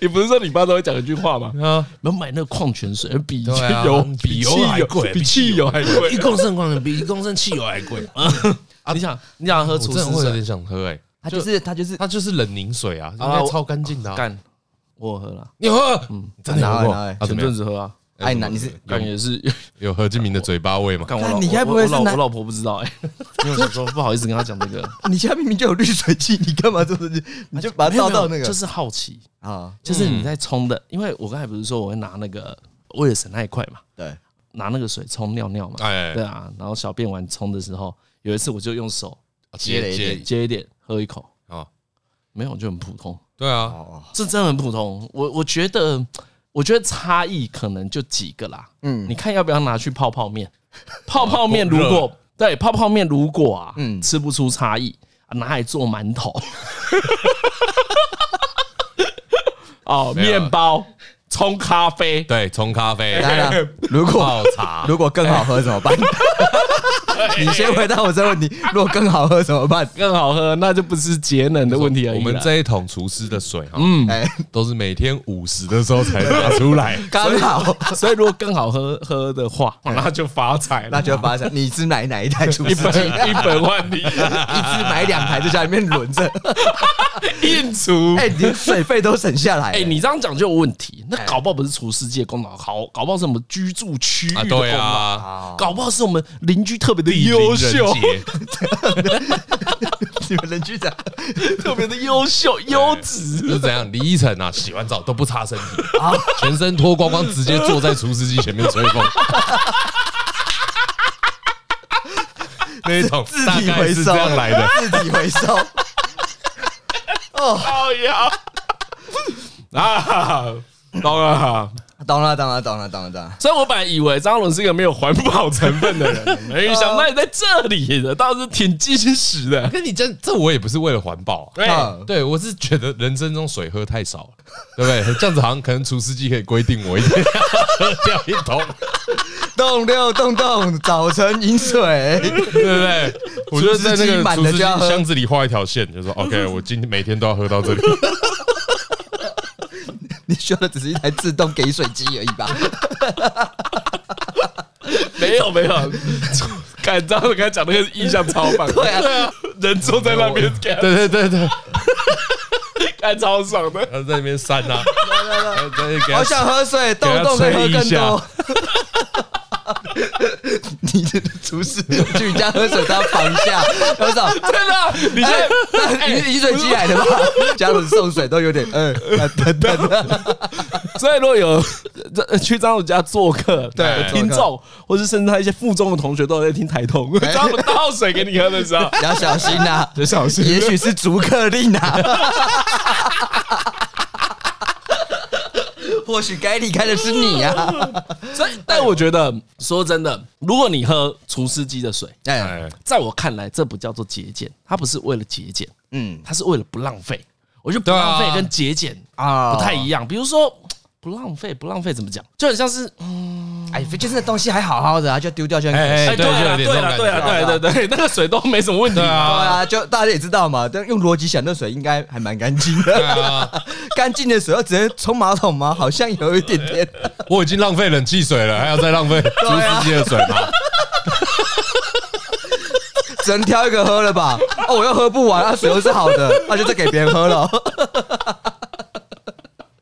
A: 你不是说你爸都会讲一句话吗？
C: 啊，
A: 我买那个矿泉水比
C: 对啊
A: 油
C: 比油
A: 汽
C: 还贵
A: 比汽油还贵，
C: 一公升矿泉比一公升汽油还 贵，啊我
A: 你想你想喝厨师
C: 真
A: 啊
C: 的会有
A: 水
C: 点想喝哎，
B: 他就是他就是
C: 它就是冷凝水啊，应
A: 啊
C: 该
A: 我
C: 超干净的啊，
A: 干，我喝了，
C: 你喝，嗯，真的有
B: 拿来
C: 过
B: 拿来
C: 啊？
A: 前
C: 怎么样
A: 阵子喝啊，
B: 哎，那你是
A: 干也是
C: 有何敬明的嘴巴味吗？
A: 干我
B: 干
A: 老
B: 你
A: 我
B: 该不会
A: 我
B: 是
A: 老
B: 拿
A: 我老婆不知道哎、因为我想说不好意思跟她讲这个，
B: 你家明明就有滤水器，你干嘛就是你就把它倒到
A: 没有没
B: 那
A: 有
B: 个
A: 就是好奇，
B: 啊？
A: 就是
C: 嗯
A: 你在冲的，因为我刚才不是说我会拿那个为了省那一块嘛，
B: 对，
A: 拿那个水冲尿尿嘛，
C: 哎
A: 对，啊，然后小便完冲的时候，有一次我就用手
B: 接了一点
A: 接一点喝一口，
C: 啊，
A: 没有就很普通，
C: 对啊，
B: 哦，
A: 这真的很普通，我我觉得。我觉得差异可能就几个啦，嗯，你看要不要拿去泡泡面？泡泡面 如
C: 够
A: 果对泡泡面如果啊，
B: 嗯
A: 吃不出差异，啊拿来做馒 头，哦，
C: 没有啊
A: 面包冲咖啡，
C: 对，冲咖啡、
B: 当然了，如果
C: 泡茶，
B: 如果更好喝怎么办？你先回答我这个问题，如果更好喝怎么办？
A: 更好喝，那就不是节能的问题而啊已
C: 我
A: 啦。
C: 们这一桶厨师的水哈，嗯，
B: 哎，
C: 都是每天午时的时候才拿出 来。
B: 刚好，
A: 所以如果更好喝喝的话，哇 那就发财了，
B: 那就发生。你是买哪一台厨
A: 一
B: 师
A: 本
B: 机？
A: 一本万 利，
B: 一次买两台就在里面轮 着，
A: 硬出。
B: 哎，连水费都省下来。
A: 哎、你这样讲就有问题。那搞不好不是厨师界功劳，搞搞不好是我们居住区域
C: 啊，
A: 的功
C: 对
A: 劳，
C: 啊，
B: 啊，
A: 搞不好是我们邻居特别的
C: 地灵
A: 优
C: 人
A: 秀，
C: 杰
B: 你们能去讲
A: 特别的优 秀优质。
C: 是怎样？李依晨啊，洗完澡都不擦身体，
A: 啊
C: 全身脱光光，直接坐在厨师机前面吹 风。那一桶
B: 自
C: 大
B: 体
C: 概
B: 回
C: 是
B: 收
C: 这样来的，，
B: 自体回收。
A: 好哎呀， 啊， 懂了。
B: 懂了，懂了，懂了，懂了，懂了。
A: 所以我本来以为张伦是一个没有环保成分的人，没想到你在这里的，倒是挺矜持的。哎
C: 跟你这这我也不是为了环保、啊，
A: 对，
B: 啊
C: 对，我是觉得人生中水喝太少了，对不对？这样子好像可能厨师机可以规定我一天要喝掉一桶，
B: 动六动动，早晨饮水。
C: 对不对？我就在那
B: 厨师机
C: 个
B: 满
C: 厨
B: 了
C: 师机
B: 就要喝
C: 箱子里画一条 线，就说 OK，我今天每天都要喝到这里。
B: 你需要的只是一台自动给水机而已吧？
A: 没有没有，看张伦刚才讲那个印象超棒，
B: 对啊，
A: 人坐在那
B: 哦
A: 边看
C: 对对对对，
A: 看超爽的。
C: 然后在那边扇 啊，然后在那边给他
B: 好想喝水，动不动可以喝更多。 你的厨师去你家喝水都要防一下，多少？
A: 真的，你现在
B: 哎饮饮水机来的吧？ 家人送水都有点，嗯，等等等，
A: 所以如果有这去张鲁家做客，
B: 对
A: 的
B: 做客
A: 听众，或是甚至他一些附中的同学都有在听台通，张鲁倒水给你喝的时 候，
B: 要小心呐，要小心。啊也许是逐客令 啊，或许该离开的是你啊。
A: 所以但我觉得说真的，如果你喝除湿机的水，
B: 哎，
C: 哎，
A: 在我看来，这不叫做节俭，它不是为了节俭，
B: 嗯
A: 它是为了不浪费。我觉得不
C: 对啊
A: 浪费跟节俭
B: 啊
A: 不太一样。比如说不浪费，不浪费怎么讲？就很像是嗯，
B: 哎，就是那东西还好好的啊，就丢掉就很可惜。
C: 哎
A: 哎，对了，对
C: 对就有点
A: 了，
C: 这种
A: 对
C: 感
A: 了，对了对对，那个水都没什么问题
C: 对。
B: 对
C: 啊，
B: 啊，就大家也知道嘛，但用逻辑想，那水应该还蛮干净
C: 对
B: 的。
C: 啊，
B: 干净的水要直接冲马桶吗？好像有一点点。
C: 我已经浪费冷气水了，还要 再浪费
B: 啊
C: 除湿机的水吗？
B: 只能挑一个喝了吧？哦，我又喝不完，啊，水又是好的，那、就再给别人喝了。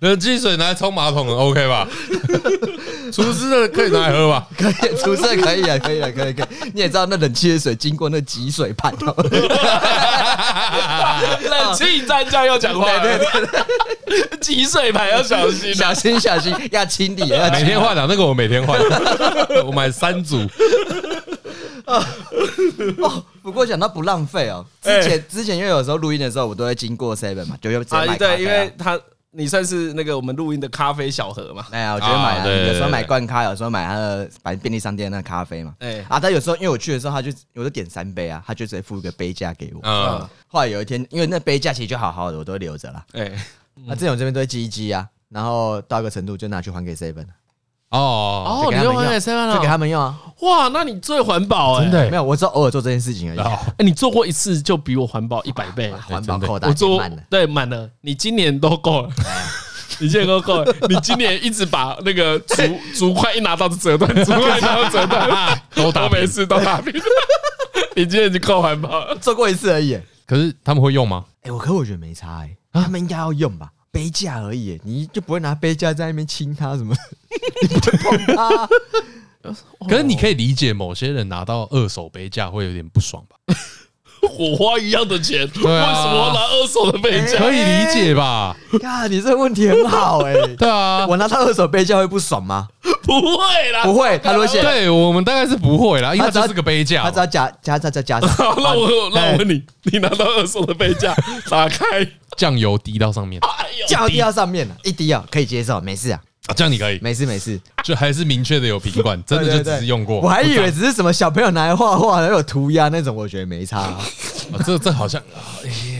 C: 冷气水拿来冲马桶 OK 吧？除湿的可以拿来喝吧？
B: 可以，出色可以啊，可以啊，可以可以。你也知道那冷气的水经过那集水盘哦，
A: 冷气战将要讲话了，
B: 对
A: 挤水牌要小心啊。
B: 小心小心，要清理要
C: 每
B: 清理。
C: 天换啊，那个我每天换， 我买三组。
B: 哦，不过讲到不浪费哦，之
C: 哎
B: 前、之前因为有时候录音的时候我都会经过 seven 嘛，就会直接
A: 啊，
B: 买咖啡啊、
A: 对，因为他你算是那个我们录音的咖啡小盒嘛，
B: 哎呀，我觉得买、
C: 啊
B: 啊
C: 对对对
B: 有时候买罐咖，有时候买他的反正便利商店那个咖啡嘛。
A: 哎
B: 啊，但有时候因为我去的时候，他就我就点三杯啊，他就直接付一个杯架给我。
C: 嗯，
B: 后来有一天，因为那杯架其实就好好的，我都留着啦。
A: 哎，
B: 那这种这边都会积一积啊，然后到一个程度就拿去还给 seven，
C: 哦，
A: 哦，
B: 给
A: 你
B: 他
A: 又
B: 们
A: 还给
B: 用
A: seven
B: 就给
A: 了，
B: 他们用啊。
A: 哇，那你最环保哎，
C: 真的欸
B: 没有，我只有偶尔做这件事情而已。
C: 哦
A: 哎，你做过一次就比我环保一百倍，
B: 环保扣打
A: 我做
B: 满了，
A: 对满了，你今年都够 了。你今年都够了，你今年一直把那个竹竹块一拿到就折断，竹块一拿到就折 断，
C: 都打
A: 我
C: 平
A: 每次都打平。你今年就够环保了，
B: 做过一次而已。
C: 可是他们会用吗？
B: 哎，我可我觉得没差哎，他们应该要用吧。杯架而已，你就不会拿杯架在那边亲它什么？你不会碰它，哦
C: 可是你可以理解某些人拿到二手杯架会有点不爽吧？
A: 火花一样的钱，为什
C: 对啊
A: 么要拿二手的
B: 哎
A: 杯架？
C: 可以理解吧？
B: 呀，你这个问题很好哎。
C: 对啊，
B: 我拿到二手杯架会不爽吗？
A: 不会啦，
B: 不会，他都会写，
C: 对我们大概是不会啦，因为它
B: 只要
C: 就是个杯架嘛，哦
B: 他只要加加加加加上。
A: 好， 那我那
B: 哎
A: 我问你，你拿到二手的杯架，打开，
C: 酱油滴到上面，
A: 哎呦，
B: 叫滴到上面了，一滴啊，可以接受，没事啊，
C: 啊这样你可以，
B: 没事没事。
C: 就还是明确的有品管，真的
B: 对
C: 就
B: 对对
C: 只是用过。
B: 我还以为只是什么小朋友拿来画画，然后有涂鸦那种，我觉得没差啊。
C: 啊这这好像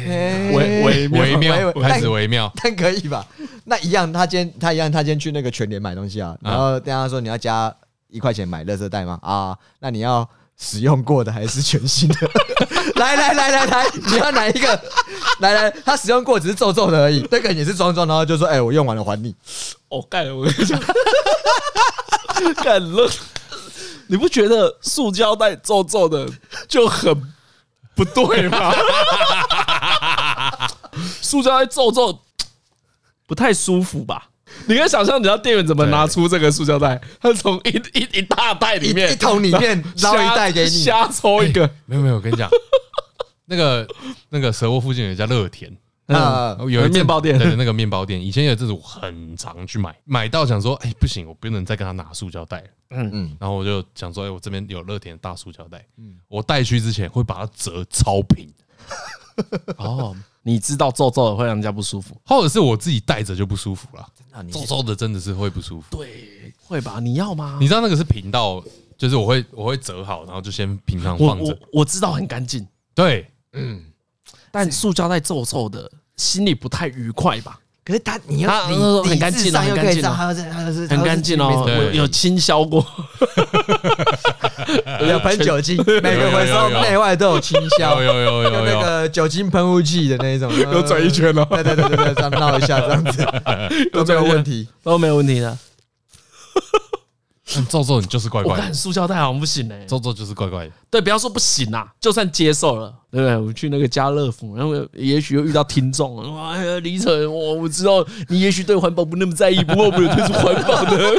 B: 微
A: 微
C: 微妙，开始
B: 但
C: 微妙。
B: 但可以吧？那一样，他今天他一样，他今天去那个全联买东西啊，然后跟他说你要加一块钱买垃圾袋吗？啊，那你要使用过的还是全新的？ 来来来来来，你要哪一个？来来，他使用过只是皱皱的而已，那个也是装装，然后就说哎、我用完了还你。
A: 我哦干，我跟你讲， 干了， 你不觉得塑胶袋皱皱的就很不对吗？ 塑胶袋皱皱不太舒服吧？你可以想象，你知道店员怎么拿出这个塑胶袋？他从一一一大袋里面，
B: 一一桶里面
A: 然
B: 捞
A: 后
B: 一袋给你
A: 瞎瞎抽一个。
C: 没有没有，我跟你讲， 那个那个蛇窝附近有一家乐田，
B: 啊、
C: 哦有一阵子
A: 面包店
C: 对对，那个面包店，以前有一阵子我很常去买，买到想说，哎、不行，我不能再跟他拿塑胶袋了。嗯嗯
B: 嗯，
C: 然后我就想说，哎、我这边有乐田的大塑胶袋，我带去之前会把它折超平，
A: 哦，你知道皱皱的会让人家不舒服，
C: 或者是我自己带着就不舒服了，
B: 啊你
C: 皱皱的真的是会不舒服。
A: 对，会吧？你要吗？
C: 你知道那个是平到，就是我会我会折好，然后就先平常
A: 我
C: 放着
A: 我。我知道很干净，
C: 对，
A: 但塑胶袋皱皱的，心里不太愉快 吧？
B: 可是他，你又
A: 他
B: 理
A: 那种很
B: 理
A: 干净
B: 智上
A: 哦
B: 又
A: 很
B: 可
A: 干
B: 以
A: 净
B: 知道
A: 哦
B: 他是他是
A: 很干净哦，
C: 对
A: 我有清消过，
B: 有喷酒精，每个回收内外都有清消
C: 有，有有有
B: 用那
C: 有，
B: 个酒精喷雾剂的 那一种，有
A: 转一圈哦
B: 对对对对对，这样闹一下这 样子都没有问题。
A: 都没有问题的。
C: 嗯皱皱你就是怪
A: 我
C: 怪
A: 看
C: 的，
A: 塑胶袋好像不行哎，
C: 皱皱就是怪怪的。
A: 对，不要说不行啦，就算接受了，对不对？我去那个家乐福，然后也许又遇到听众，哇，哎呀李晨，我我知道你也许对环保不那么在意，不过我们有推出环保的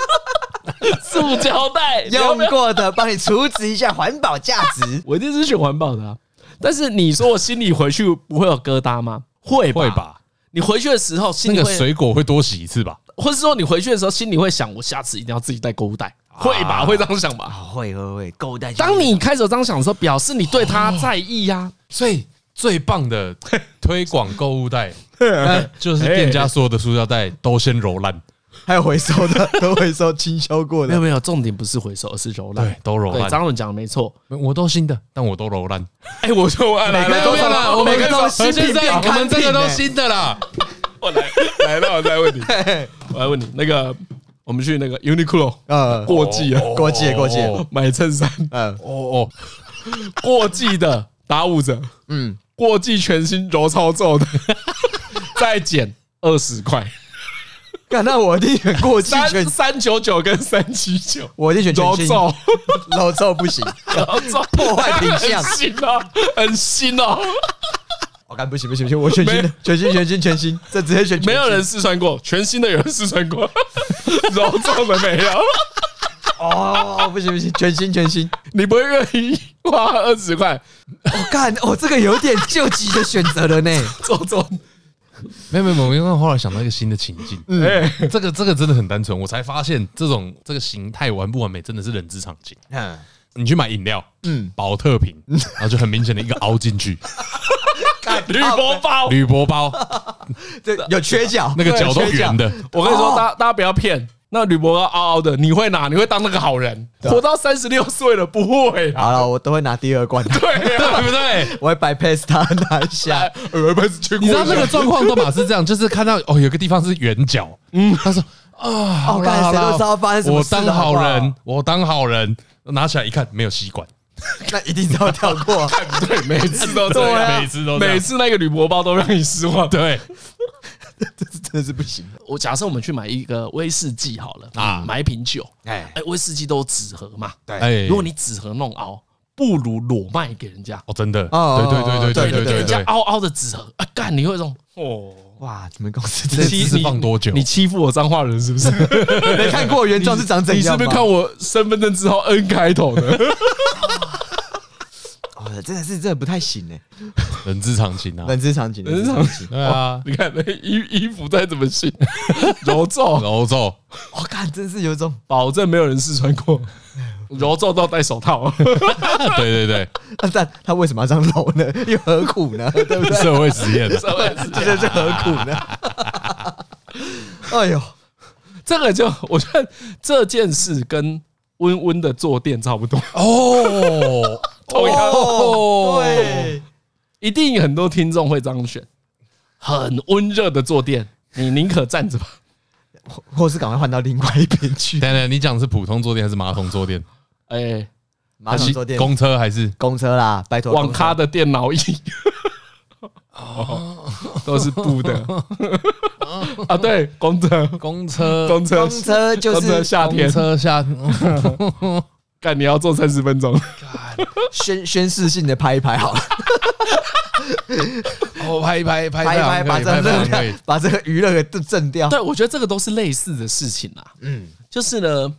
A: 塑胶袋，你要不
B: 用
A: 要，
B: 过的帮你除值一下环保价值
A: 我一定是选环保的啊。但是你说我心里回去不会有疙瘩吗？会吧
C: 会吧？
A: 你回去的时候心
C: 那
A: 里
C: 个
A: 会，
C: 水果会多洗一次吧？
A: 或是说你回去的时候心里会想，我下次一定要自己带购物袋，会吧？会这样想吧？
B: 啊会会会够带。
A: 当你开始有这样想的时候，表示你对他在意啊呀、
C: 所以最棒的推广购物袋，就是店家所有的塑料袋都先揉烂，
B: 还有回收的，都回收清消过
A: 没有
B: 的，
A: 没有，重点不是回收，而是揉烂
C: 对。，都揉
A: 对，
C: 烂。
A: 张伦讲的没错。
C: 我都新的，但我都揉烂。
A: 哎，我就完
B: 每个
C: 来
B: 都
C: 来来
B: 从每个都
C: 何
B: 新
C: 先
B: 品
C: 生，
B: 变
C: 我们
B: 看
C: 这个
B: 品
C: 都
B: 呢
C: 新的啦。
A: 我来来，那我再问你，我来问你，那个我们去那个 Uniqlo
B: 呃，
A: 过季了，哦
B: 过界过界，
A: 买衬衫，
B: 嗯
C: 哦哦，
A: 过季的打五折，
B: 嗯，
A: 过季全新柔超皱的再减二十 块，
B: 看那我一定选过季
A: 三
B: 选，
A: 三九九跟三七九。
B: 我一定选
A: 揉
B: 全新，
A: 皱，
B: 老赵不行，
A: 揉皱，
B: 破坏品 相
A: 很新哦，很新哦，
B: 我看不行不行不行，我全新
A: 没
B: 的全新全新全新，这直接选全新
A: 没有人试穿过，全新的有人试穿过， 揉皱的没有。
B: 哦，不行不行，全新全新，
A: 你不会愿意花二十块
B: 我看哦，这个有点救急的选择了呢，
A: 皱皱？
C: 没有没有，没有因为后来想到一个新的情境，
A: 哎，
C: 这个这个真的很单纯，我才发现这种这个形态完不完美真的是人之常情。
B: 嗯
C: 你去买饮料，
B: 嗯，
C: 保特瓶，然后就很明显的一个凹 进去，
A: 铝箔包。
C: 铝箔包
B: 这有缺角，
C: 那个角都
B: 有缺
C: 圆的，
A: 我跟你说，大家大家不要骗，那铝箔包凹凹的，你会拿，你会当那个好人，活到三十六岁了不会啊？
B: 好了，我都会拿第二 罐，
A: 对啊，
C: 对不对？
B: 我会 bypass 它拿一下，
A: 耳背是全
C: 你知道那个状况都嘛是这样，就是看到哦有个地方是圆角，嗯，他说啊，好啦
B: 干
C: 好
B: 哦谁
C: 啦
B: 都知道发生什么
C: 我
B: 事了
C: 当好
B: 好
C: 人，我当好人，拿起来一看没有吸管，
B: 那一定要跳过。
A: 对，每次都这
C: 对
A: 样，
C: 啊每次都这样
A: 每次那个铝箔包都让你失望。
C: 对，
B: 真的是不行。
A: 我假设我们去买一个威士忌好了啊
C: 啊，
A: 买一瓶酒，
B: 哎
A: 哎，威士忌都有纸盒嘛，
B: 对
C: 哎，
A: 如果你纸盒弄凹，不如裸卖给人家，
C: 哦真的，
B: 哦
C: 对对
B: 对
C: 对对对
B: 对
C: 对
A: 人家
C: 对，
A: 凹凹的纸盒啊，干你会这种哦。
B: 哇，你们公司真
C: 这
B: 的
A: 欺
C: 次是放多久？
A: 你欺负我彰化人是不是？
B: 没看过原装是长怎
A: 你是
B: 样
A: 不
B: 吗？
A: 是看我身份证字号 N 开头的？
B: 哦，真的是真的不太行哎，
C: 人之常情啊，
B: 人之常情，人之常情。
C: 对啊，
A: 你看那衣衣服再怎么新，揉
B: 哦
A: 皱，
C: 欧洲
B: 我看真是有一种，
A: 保证没有人试穿过。揉皱到戴手套，
C: 对对对，
B: 啊但他为什么要这样揉呢？又何苦呢？对不对？
C: 社会实验的，啊
B: 这这这何苦呢？哎呦，
A: 这个就我觉得这件事跟温温的坐垫差不多，
C: 哦，
A: 同样
B: 哦，对，
A: 一定有很多听众会这样选，很温热的坐垫，你宁可站着吧。
B: 或或是赶快换到另外一边去。
C: 等等，你讲的是普通坐垫还是马桶坐垫？
A: 哎，
B: 马上坐电
C: 公车还是
B: 公车啦，拜托，
A: 网咖
B: 公车
A: 的电脑椅，哦，都是布的 啊，对，公车，
C: 公车？
A: 呃公车，
B: 公车就
A: 公车
B: 是
A: 夏天
C: 嗯公，车下
A: 干你要坐三十分钟，
B: 宣宣示性的拍一拍好了，
C: 哦，拍一拍拍
B: 拍一拍把
C: 拍
B: 这个 热
C: 可以
B: 量，把这个娱乐给震震 掉。
A: 对我觉得这个都是类似的事情啦，
B: 嗯，
A: 就是呢，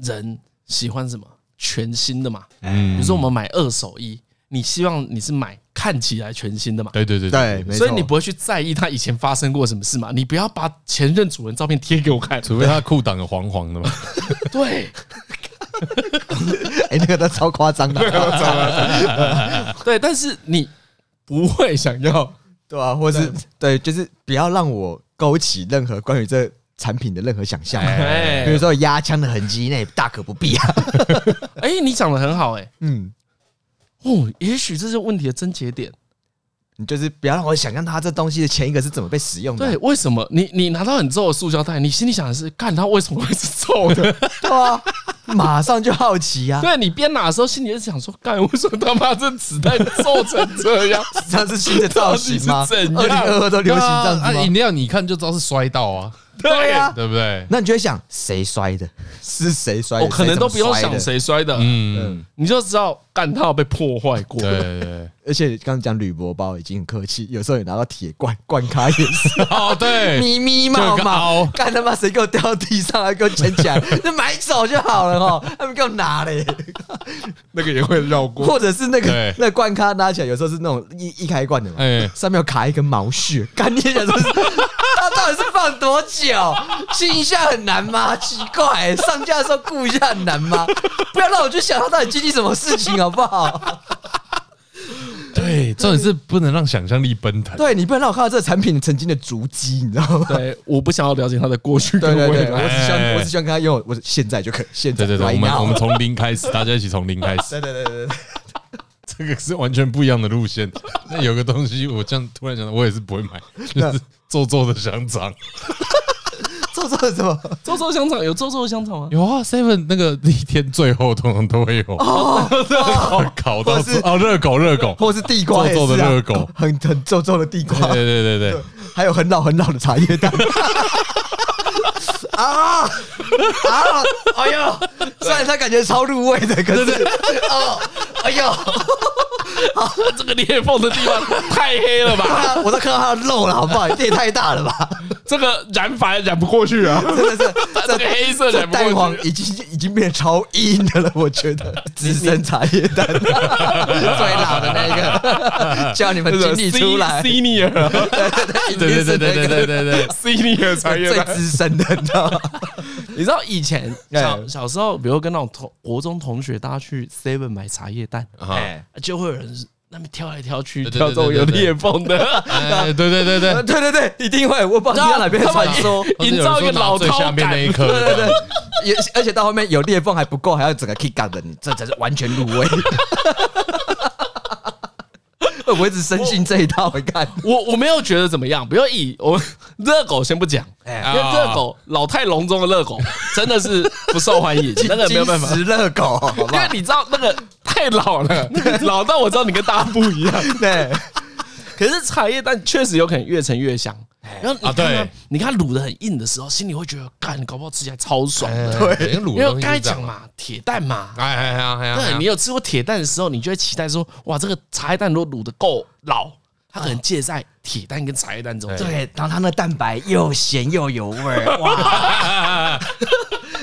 A: 人喜欢什么全新的嘛，
B: 哎
A: 比
C: 嗯
A: 如说我们买二手衣，你希望你是买看起来全新的嘛。
C: 对对对
B: 对，，没
A: 所以
B: 错
A: 你不会去在意他以前发生过什么事嘛？你不要把前任主人照片贴给我 看，
C: 除非他裤裆有黄黄的嘛，
A: 对，
B: 哎、那个都超夸张的，
A: 对，但是你不会想要，
B: 对啊，或是对，就是不要让我勾起任何关于这产品的任何想象，
A: 哎
B: 比如说压枪的痕迹，那也大可不必啊。
A: 哎、你讲的很好、哎，
B: 嗯，
A: 哦，也许这是问题的症结点。
B: 你就是不要让我想象它这东西的前一个是怎么被使用的，
A: 对，为什么你你拿到很皱的塑胶袋，你心里想的是，看它为什么会是皱 的？
B: 对啊，马上就好奇啊，
A: 对你边拿的时候，心里是想说，干为什么他妈这纸袋皱成这 样？
B: 这是新的造型吗？
A: 到底是怎
B: 二零
A: 样
B: 二二都流行这样
C: 啊
B: 子
C: 饮
B: 吗？
C: 料你看就知道是摔到啊，
A: 对
B: 呀、
C: 对不对？
B: 那你就会想谁摔的，是谁摔的？
A: 我哦可能都不用
B: 哎谁怎
A: 想
B: 么摔
A: 谁
B: 的。
A: 摔的，
C: 嗯，
A: 你就知道干它有被破坏过。
C: 对对对，
B: 而且刚刚讲铝箔包已经很客气，有时候你拿到铁罐罐咖 也是。
C: 哦 对，
B: 咪咪
C: 就
B: 帽
C: 有个
B: 嘛
C: 凹，
B: 干他妈谁给我掉到地上还给我捡起来， 那买走就好了哈，他们给我拿嘞，
A: 那个也会绕过。
B: 或者是那个
C: 对
B: 那罐咖拿起来，有时候是那种一一开罐的嘛，
C: 哎
B: 上面有卡一根毛絮， 干你也想说是，他到底是放多久？ 清一下很难吗？奇怪、上架的时候顾一下很难吗？ 不要让我去想他到底经历什么事情好不好？
C: 对，重点是不能让想象力奔腾。
B: 对你不能让我看到这个产品曾经的足迹，你知道吗？
A: 对，我不想要了解它的过去
B: 对
A: 跟
B: 对
A: 未
B: 对，我
A: 来。
B: 只希
C: 哎
B: 望我只希望跟他拥有，我现在就可以，现在
C: 对对对，我
B: right
C: 们
B: now
C: 我们从零开始，大家一起从零开
B: 对
C: 始，
B: 对对对对。
C: 这个是完全不一样的 路线。那有个东西，我这样突然想到，我也是不会买，就是皱皱的香肠。
B: 做错了什么？
A: 周周香肠有周周香肠吗？
C: 有啊，Seven 那个一天最后通常都会有哦， 烤到
B: 或是
C: 哦热狗热狗，
B: 或是地瓜也是、啊、
C: 皱皱的热狗
B: 很很皱皱的地瓜
C: 对，对对对对，
B: 还有很老很老的茶 叶蛋。啊啊！哎呦，虽然它感觉超入味的，可是哦，哎呦，
A: 这个裂缝的地方太黑了 吧？
B: 啊我都看到它的肉了，好不好？这也太大了 吧！
A: 这个染发染不过去啊，
B: 真的是
A: 这个黑色
B: 这
A: 染不
B: 蛋
A: 过
B: 黄
A: 去。
B: 已经已经变得超硬的了，我觉 得只剩茶叶蛋最老的那一个， 叫你们经历出 来，
A: C- senior
B: 对哎
C: 对对对对对对 对
A: senior 茶叶
B: 最
A: 蛋，
B: 资深的，你知道吗？
A: 你知道以前小
B: 哎
A: 小时候，比如跟那种同国中同学，大家去 Seven 买茶叶蛋，
C: 啊，
B: 哎
A: 就会有人那边挑来挑去，
C: 对对
A: 挑这种有裂缝的，
C: 哎对对对对，
B: 对对对，一定会，我不知道你要哪边的传说。
C: 或者
A: 营
C: 有人
A: 造一个
C: 说拿
A: 老
C: 最
A: 饕
C: 下面
A: 感
C: 那一颗，
B: 对对对，也而且到后面有裂缝还不够，还要整个 kick out 的，你这才是完全入味。 我一直深信这一套，你看，
A: 我我没有觉得怎么样，不要以我们热狗先不讲，
B: 哎
A: 因为热狗老态龙钟的热狗真的是不受欢 迎，那个没有办法
B: 金。石热狗，好不
A: 因为
B: 好？
A: 你知道那个太老 了，老到我知道你跟大家不一样。
B: 对，
A: 可是茶叶蛋确实有可能越陈越香。然后你看它
C: 啊对
A: 你看它卤的很硬的时候，心里会觉得，干，搞不好吃起来超爽的。因
C: 对，因为哎卤
A: 为
C: 的
A: 我刚
C: 东西
A: 才
C: 是这
A: 讲
C: 样嘛，
A: 嘛，铁蛋嘛，
C: 哎哎呀哎呀，哎
A: 对
C: 呀
A: 你有吃过铁蛋的时候，你就会期待说，哇，这个茶叶蛋如果卤的够老，它可能介在铁蛋跟茶叶蛋
C: 哎
A: 中间。
B: 对，然后它那蛋白又咸又有味儿，哇！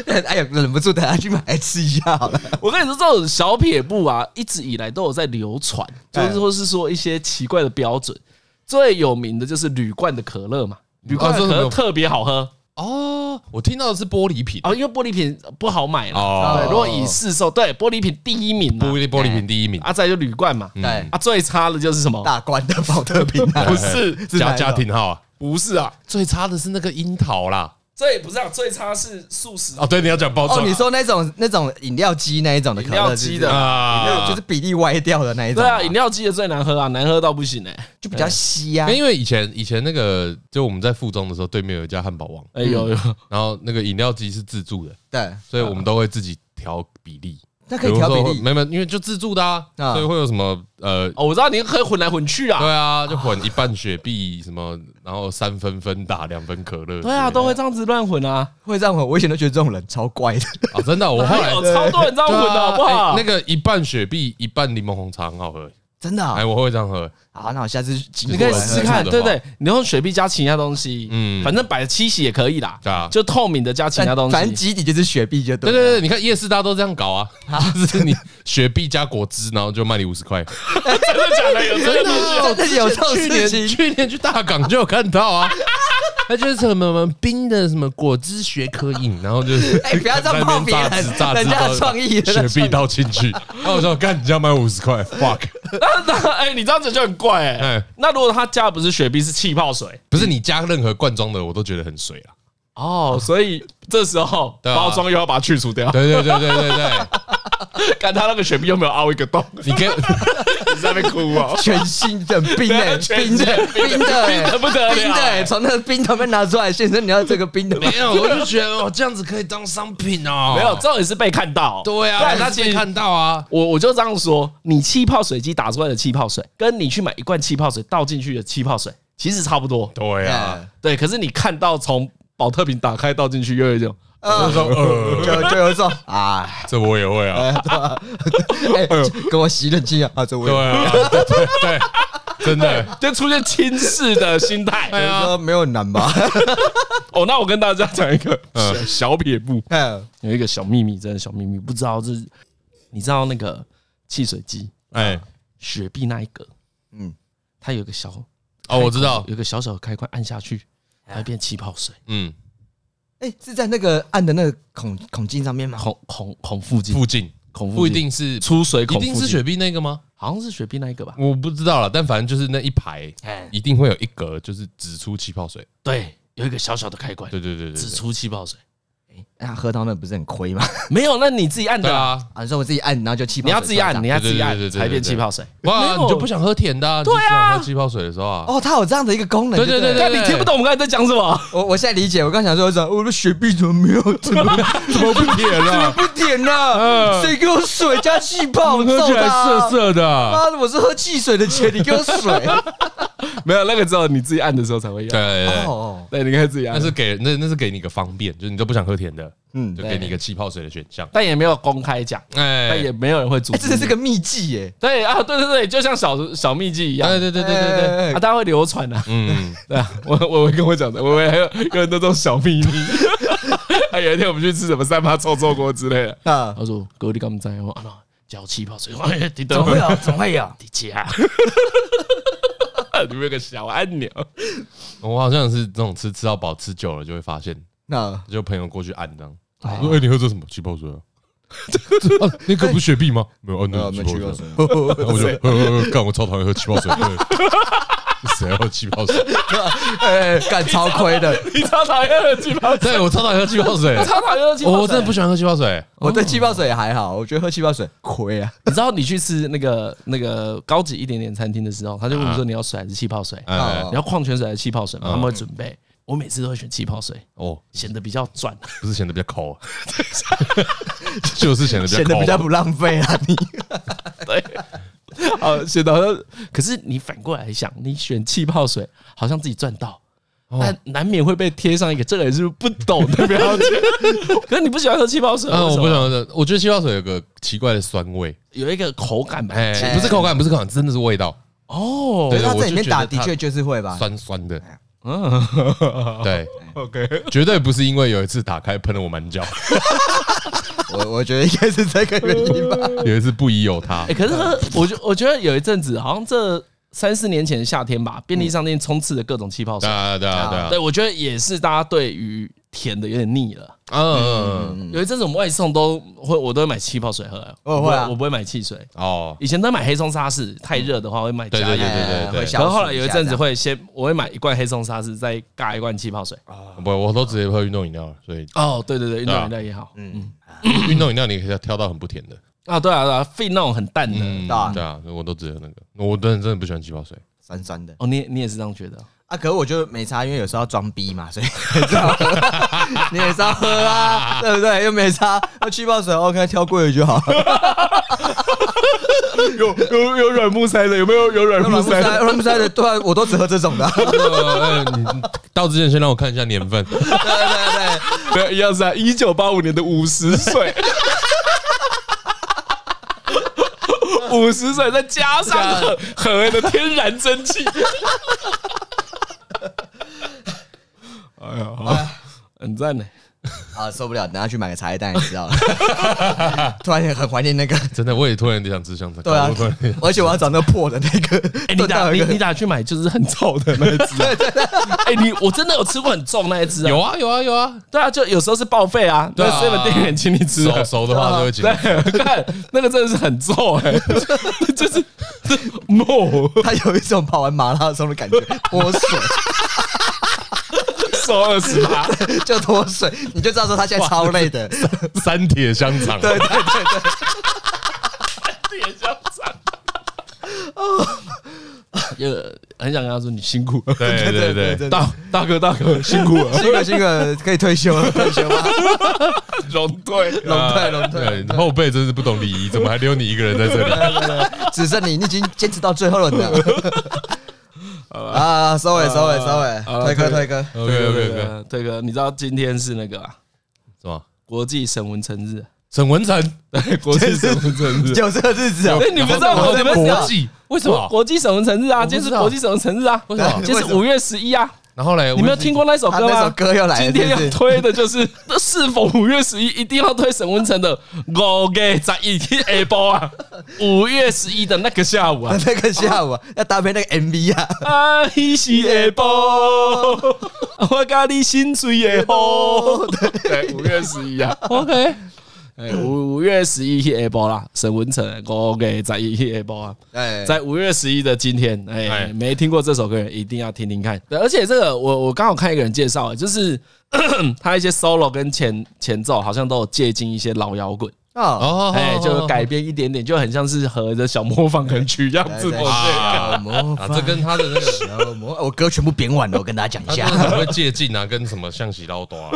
B: 哎呀，忍不住等下去买来吃一下好了。
A: 我跟你说，这种小撇步啊，一直以来都有在流传，就
B: 哎
A: 是说是说一些奇怪的标准。最有名的就是铝罐的可乐嘛，铝
C: 啊
A: 罐的可乐特别好喝
C: 哦，我听到的是玻璃瓶
A: 啊，因为玻璃瓶不好买了。对，
C: 哦，
A: 如果以市售，对玻璃瓶第一名啊
C: 玻璃玻璃瓶第一嗯名，
A: 啊，再就铝罐嘛，
B: 对，
A: 啊，最差的就是什么？
B: 哎大罐的保特瓶啊，
A: 不是
B: 是哪
C: 家
B: 一种
C: 家庭号啊，
A: 不是啊，
C: 最差的是那个樱桃啦，
A: 最不是啊，最差是素食
C: 哦，对，你要讲包
B: 哦，
C: 装
B: 你说那种那种饮料机那一种的可
A: 饮料
B: 乐是不
A: 机
B: 是，
A: 的
C: 啊
B: 那，就是比例歪掉的那一种
A: 对
B: 嘛，
A: 啊，饮料机的最难喝啊，难喝到不行哎、
B: 就比较稀啊。
C: 因为以前以前那个，就我们在附中的时候，对面有一家汉堡王，
A: 哎呦呦，
C: 然后那个饮料机是自助的，
B: 对，
C: 所以我们都会自己调比例。
B: 那可以调
C: 如
B: 比
C: 说
B: 例。
C: 没有没有，因为就自助的啊，
B: 啊
C: 所以会有什么呃，
A: 哦，我知道你喝混来混去啊，
C: 对啊，就混一半雪碧什么，然后三分芬达，两分可乐之类的。
A: 对啊，都会这样子乱混啊，哎
B: 会让我，我以前都觉得这种人超怪的。
C: 啊，真的，我后来
A: 有超多人这样
C: 对
A: 混
C: 啊
A: 的好不好？
C: 哎那个一半雪碧，一半柠檬红茶很好喝，
B: 真的啊、
C: 哎，我会这样喝，
B: 好，那我下次经
A: 你
B: 过
A: 可以
B: 来
A: 试试
B: 喝
A: 看，
C: 自
A: 对
C: 助的话
A: 对，你用雪碧加其他东西，嗯，
C: 嗯
A: 反正摆七喜也可以啦，
C: 对啊
A: 就透明的加其他
B: 但
A: 东
B: 反正
A: 西，
B: 基底就是雪碧就
C: 对
B: 对了。
C: 对对，你看夜市大家都这样搞啊，就是你雪碧加果汁，然后就卖你五十块，
A: 真的假的？有真的东西哦
B: 真的有这种
C: 去
B: 事
C: 年
B: 情？
C: 去年去大港就有看到啊，他就是什么什么冰的什么果汁雪可饮，然后就是
B: 哎不要这样泡别人
C: 在那边榨汁榨汁
B: 人家的创意人家
C: 雪
B: 的
C: 碧倒进去，然后我说干，你要卖五十块，fuck，
A: 那那 哎，你这样子就很怪哎
C: 哎。
A: 那如果他加的不是雪碧，是气泡水
C: 不是你加任何罐装的，我都觉得很水啊。
A: 哦，所以这时候
C: 对啊
A: 包装又要把它去除掉，
C: 对对对对对对，
A: 看他那个雪碧有没有凹一个洞，
C: 你跟
A: 你在那边哭啊？
B: 全新的冰
C: 啊
B: 哎、
A: 全
B: 冰
A: 新
B: 的
A: 的
B: 冰的哎
A: 冰的不欸得了
B: 冰的哎、从那个冰旁边拿出来，先生你要这个冰的吗？
C: 没有，我就觉得哦，这样子可以当商品哦。
A: 没有，重点是被看到。
C: 对
A: 不
C: 啊，
A: 然他
C: 他
A: 其
C: 自
A: 实
C: 己看到啊。
A: 我我就这样说，你气泡水机打出来的气泡水，跟你去买一罐气泡水倒进去的气泡水，其实差不多。
C: 对啊，
B: 哎
A: 对，可是你看到从保特瓶打开倒进去，又有一种
C: 我说呃，
B: 哎嗯就就有一种啊，
C: 这我也 会啊。
B: 哎、跟我洗冷气啊，啊，这我
C: 对
B: 有
C: 啊，对对对，真的。
A: 就出现轻视的心态。
C: 对
B: 人
C: 啊，
B: 说没有很难吧？
A: 哦，那我跟大家讲一个
C: 嗯
A: 小小撇步，
B: 哎
A: 有一个小秘密，真的小秘密，不知道这是你知道那个汽水机
C: 哎，
A: 雪碧那一格，嗯
B: 嗯，
A: 它有个小
C: 哦，我知道，
A: 有个小小的开关，按下去
C: 哎
A: 它会变气泡水，
C: 嗯，
B: 哎，是在那个按的那个孔孔径上面吗？
A: 孔孔孔附近，
C: 附近
A: 孔附
C: 啊不一
A: 近
C: 定是，
A: 出水
C: 一
A: 孔，
C: 定是雪，碧那个吗？
A: 好像是雪碧那一个吧？
C: 我不知道了，但反正就是那一排，
A: 哎，
C: 一定会有一格就是只出气泡水。
A: 对，有一个小小的开关，
C: 对对对对
A: 只
C: 对，
A: 出气泡水。
B: 哎，那喝到那不是很亏吗？
A: 没有，那你自己按
C: 对
A: 的啊，
C: 啊，
B: 啊，你说我自己按，然后就气泡
A: 你
B: 水
A: 要自己按，
B: 上
A: 你要自己
C: 对对对
A: 按
C: 对对对
A: 才变气泡水。
C: 哇，
A: 没有
C: 你就不想喝甜的、啊，对啊，喝气泡水的时候啊，
B: 哦，它有这样的一个功能，
C: 对
B: 对
C: 对
B: 不
C: 对
A: 但你听不懂我们刚才在讲什么？
B: 我我现在理解，我刚想说，我想我的雪碧怎么没有？怎么
C: 怎么不甜了？
B: 不点呢、
C: 嗯
B: 谁给我水加气泡？我
C: 喝
B: 揍
A: 啊
C: 起来
B: 他！啊
C: 涩啊涩的，
A: 哦
B: 妈的，我是喝汽水的钱，你给我 水。
A: 没有，那个只有你自己按的时候才会有
C: 对。对对对，
B: 哦，
A: 对，你可以自己按
C: 那。是给那那是给你一个方便，就是你都不想喝甜的，
B: 嗯
C: 就给你一个气泡水的选项。
A: 但也没有公开讲，
C: 哎，
A: 但也没有人会阻
B: 哎
A: 止
B: 这
A: 你。
B: 是个秘技耶！
A: 对啊，对对对，就像小小秘籍一样，
C: 对对对对对对，
A: 啊，
B: 哎
A: 大家会流传 啊。
C: 嗯，
A: 对啊，我我会跟我讲的，我会还有有很多这种小秘 密。还哎有一天我们去吃什么三八臭臭锅之类的，
B: 啊，
A: 他说：“哥，你干嘛在？”我啊，那叫气泡水，哎，你 等
B: 总
A: 会
B: 会有，总会有。
A: 你啊 加，里面有个小按钮。
C: 我好像是这种吃吃到饱吃久了就会发现，
B: 那
C: 就朋友过去按这样，说：“哎，你喝这什么气泡 水啊？啊，那个不是雪碧吗？ 没有，啊，那
B: 呃，
C: 个
B: 没
C: 是
B: 去
C: 气
B: 过
C: 泡水。” 然后我就呃喝喝喝，干，我超讨厌喝气泡水。 对谁要喝气泡水？
B: 哎，干超亏的。
A: 你超讨厌喝气泡水，哦
C: 对我超讨厌喝气泡水，
A: 超讨厌喝气泡水。
C: 我真的不喜欢喝气泡水。
B: 我对气泡水还好，我觉得喝气泡水亏啊。
A: 你知道你去吃那个那个高级一点点餐厅的时候，他就问你说你要水还是气泡水，
C: 哎，
A: 你要矿泉水还是气泡水嘛？他们会准备。我每次都会选气泡水，
C: 哦，
A: 显得比较赚。
C: 不是显得比较 抠，就是显得比较
B: 显得比较
C: 抠
B: 不浪费啊！你
A: 对， 好显得好像。可是你反过来想，你选气泡水，好像自己赚到。
C: 哦
A: 但难免会被贴上一个这个人是不懂的标 签。可是你不喜欢喝气泡水，
C: 嗯，
A: 为
C: 我
A: 什么
C: 不喜欢喝。我觉得气泡水有个奇怪的酸味，
A: 有一个口感吧？
C: 哎，不是口感，不是口感，真的是味道，
A: 哦，
C: 对
B: 它
C: 我
B: 这里
C: 就
B: 面
C: 觉
B: 打
C: 得
B: 的
C: 它
B: 确就是会吧？
C: 酸酸的。
A: 嗯
C: 对，
A: ，OK，
C: 绝对不是因为有一次打开喷了我满脚，
B: 我我觉得应该是这个原因吧。
C: 有一次不疑有他
A: 哎，。可是喝我觉我觉得有一阵子，好像这三四年前的夏天吧，便利商店充斥着各种气泡
C: 对
A: 水。
C: 嗯啊，对啊，对啊
A: 对，，我觉得也是大家对于甜的有点腻了。
C: 嗯，嗯嗯
A: 有一阵子我们外送都会，我都会买气泡水喝，
B: 我也
A: 不
B: 会啊
A: 我不会买汽水。
C: 哦，
A: 以前都买黑松沙士，太热的话会买加
C: 对对对
A: 热。
C: 对对
B: 哎会
C: 对可是
A: 然后
B: 消
A: 后来
B: 暑一
A: 有一
B: 下
A: 阵
B: 这
A: 子
B: 样
A: 会先，我会买一罐黑松沙士，再尬一罐气泡水。
C: 不，我都直接喝运动饮料，所以
A: 哦，对对对，运
C: 对
A: 动
C: 啊
A: 饮料也好
B: 嗯
C: 运动饮料你可以挑到很不甜的，
A: 啊，对啊对啊，费那种很淡的。
C: 嗯，
B: 对啊
C: 对啊，我都只有那个，我真的真的不喜欢气泡水，
B: 酸酸的
A: 哦，你也你也是这样觉得？
B: 啊，可是我就没差，因为有时候要装逼嘛，所以 知道吗你也是要喝啊，对不对？又没差，那气泡水 OK 挑贵的就好。
A: 有有有软木塞的，有没有有软
B: 那 软木塞，软木塞的，对啊，我都只喝这种的。 对
C: 呃你到之前先让我看一下年份，
B: 对对，
A: 没有一样是啊，一九八五年的五十岁，五十岁再加上很很的天然蒸 汽。哎呀，好，很赞呢。
B: 啊，受不了，等下去买个茶叶蛋，你知道了。 突然也很怀念那个，
C: 真的我也突然想吃香肠，
B: 对啊
C: 我突然
B: 而且我要找那个破的那个。
A: 哎，你打
B: 炖到一
A: 你
B: 个
A: 你打去买就是很臭的那一 只啊。哎，你我真的有吃过很重那一只啊。
C: 有啊有啊有啊，
A: 对啊，就有时候是报废啊，
C: 对
A: 那
C: 啊
A: seven 店员请你吃啊
C: 熟熟的话就会紧
A: 对，看那个真的是很臭哎、 就是这莫
B: 它有一种跑完马拉松的感觉，脱水
A: 瘦二十 八，
B: 就脱水，你就知道说他现在超累的。
C: 三铁香肠，
B: 对对对对，
A: 也香肠。 就很想跟他说你辛 苦了，
C: 对对对对，
B: 对
A: 大大哥大哥辛苦 了，
B: 辛苦辛苦，可以退休了，退休吧，
A: 荣退。
B: 龙退龙退。
C: 对，后辈真是不懂礼仪，怎么还留你一个人在这里？
B: 只剩你，你已经坚持到最后了呢。啊，收尾收尾收尾，
A: 好了
B: 推哥推哥，
C: OK OK OK，
A: 对对哥，你知道今天是那个啊、
C: 是吗？
A: 国际沈文成日，啊
C: 沈文成，
A: 对，国际沈文成日。
B: 就这个日子啊
A: 哎，，你们知道
C: 然后
A: 我你们知
C: 国
A: 道
C: 际
A: 为什么？国际沈文成日啊？今天是国际沈文成日啊？为
B: 什么
A: 今天是五月十一啊？
C: 然后嘞，
A: 你没有听过那首
B: 他
A: 歌
B: 那
A: 吗？
B: 首歌又来了，
A: 今天
B: 是
A: 要
B: 不是
A: 推的就是那是否五月十一一定要推沈文成的五月十一下播啊，五月十一的那个下午啊，
B: 那个下午啊要搭配那个 MV 啊，
A: 啊，伊是下播，我甲你心碎的雨，对，五月十一啊，OK，啊哎，五五月十一去 A 波啦，沈文成五月十一去 A 波啊，
B: 哎，
A: 在五月十一的今天，
C: 哎
A: 哎，没听过这首歌的人一定要听听看。对，而且这个我我刚好看一个人介绍，啊就是 他一些 solo 跟前前奏好像都有借鉴一些老摇滚，
B: 哦，
C: 哦
A: 哎，就改编一点点，就很像是和着小模仿很曲这样子。
B: 对
C: 啊
B: 模
C: 啊，
B: 仿
C: 这跟他的那个
B: 小模，我歌全部编完了，我跟大家讲
C: 他
B: 一
C: 真
B: 下
C: 的。很会借镜啊，跟什么象棋捞多啊，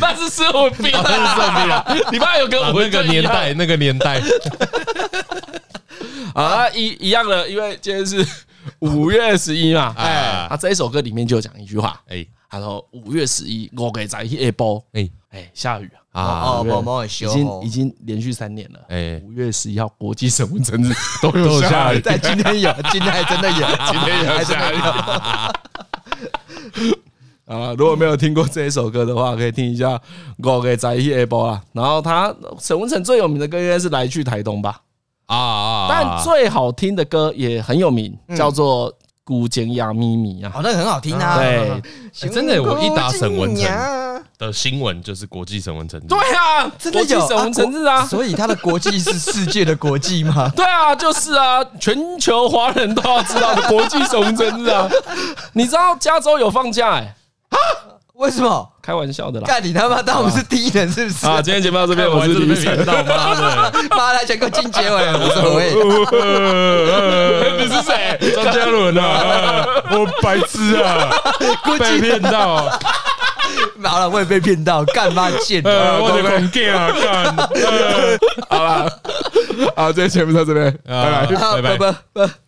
A: 那是生活 病啊，那是病啊！你爸有跟
C: 啊
A: 我
C: 那
A: 们
C: 个
A: 就一
C: 年
A: 样
C: 代，那个年代，
A: 啊，一一样的，因为今天是五月十一嘛，
C: 哎
A: 哎，他这一首歌里面就有讲一句话，
C: 哎
A: 他说五月十一我给在夜波，
C: 哎
A: 哎，下雨啊。
C: 啊，
B: 哦，
A: 对
B: 毛毛很
A: 已
B: 羞
A: 经
B: 哦
A: 已，经连续三年了，
C: 哎
A: 哎，五月十一号国际审问成日都
C: 都有
A: 有
C: 下
A: 下
C: 雨
A: 雨，
B: 啊在今天 有，今天还真的有，
A: 今天也有下雨 啊！如果没有听过这一首歌的话，可以听一下《我给在夜波》啊。然后他沈文成最有名的歌应该是《来去台东》吧？
C: 啊啊，
A: 但最好听的歌也很有名，叫做《古井雅咪咪》啊。
B: 哦，那个很好听啊。
A: 对
B: 哎，
C: 真的我一打沈文成
B: 成，
C: 的新闻就是国际神文成
A: 对啊，
B: 真的
A: 国际
B: 有
A: 沈文成日啊？
B: 国。所以他的国际是世界的国际吗
A: 对啊，就是啊，全球华人都要知道的国际沈文成日啊。你知道加州有放假哎、
B: 为什么？
A: 开玩笑的啦。
B: 干你他妈当我们是第一人是不是？
A: 啊，今天节目到这边，
C: 看
A: 我
C: 完
A: 是
C: 就被
A: 李晨。
C: 骗到妈的，
B: 妈的，全国进结尾了，无所 谓。
A: 哎你是谁？
C: 张嘉伦啊，我白痴啊，
B: 估
C: 被
B: 计
C: 骗
A: 哦
C: 到，
B: 好了，我也被骗到，干妈贱
C: 呃，
B: 的，
C: 我的
B: 各位
C: 广告啊，干，
A: 好啦，好，今天节目到这边，拜拜。
C: 拜
B: 啊
C: 拜
B: 拜。拜。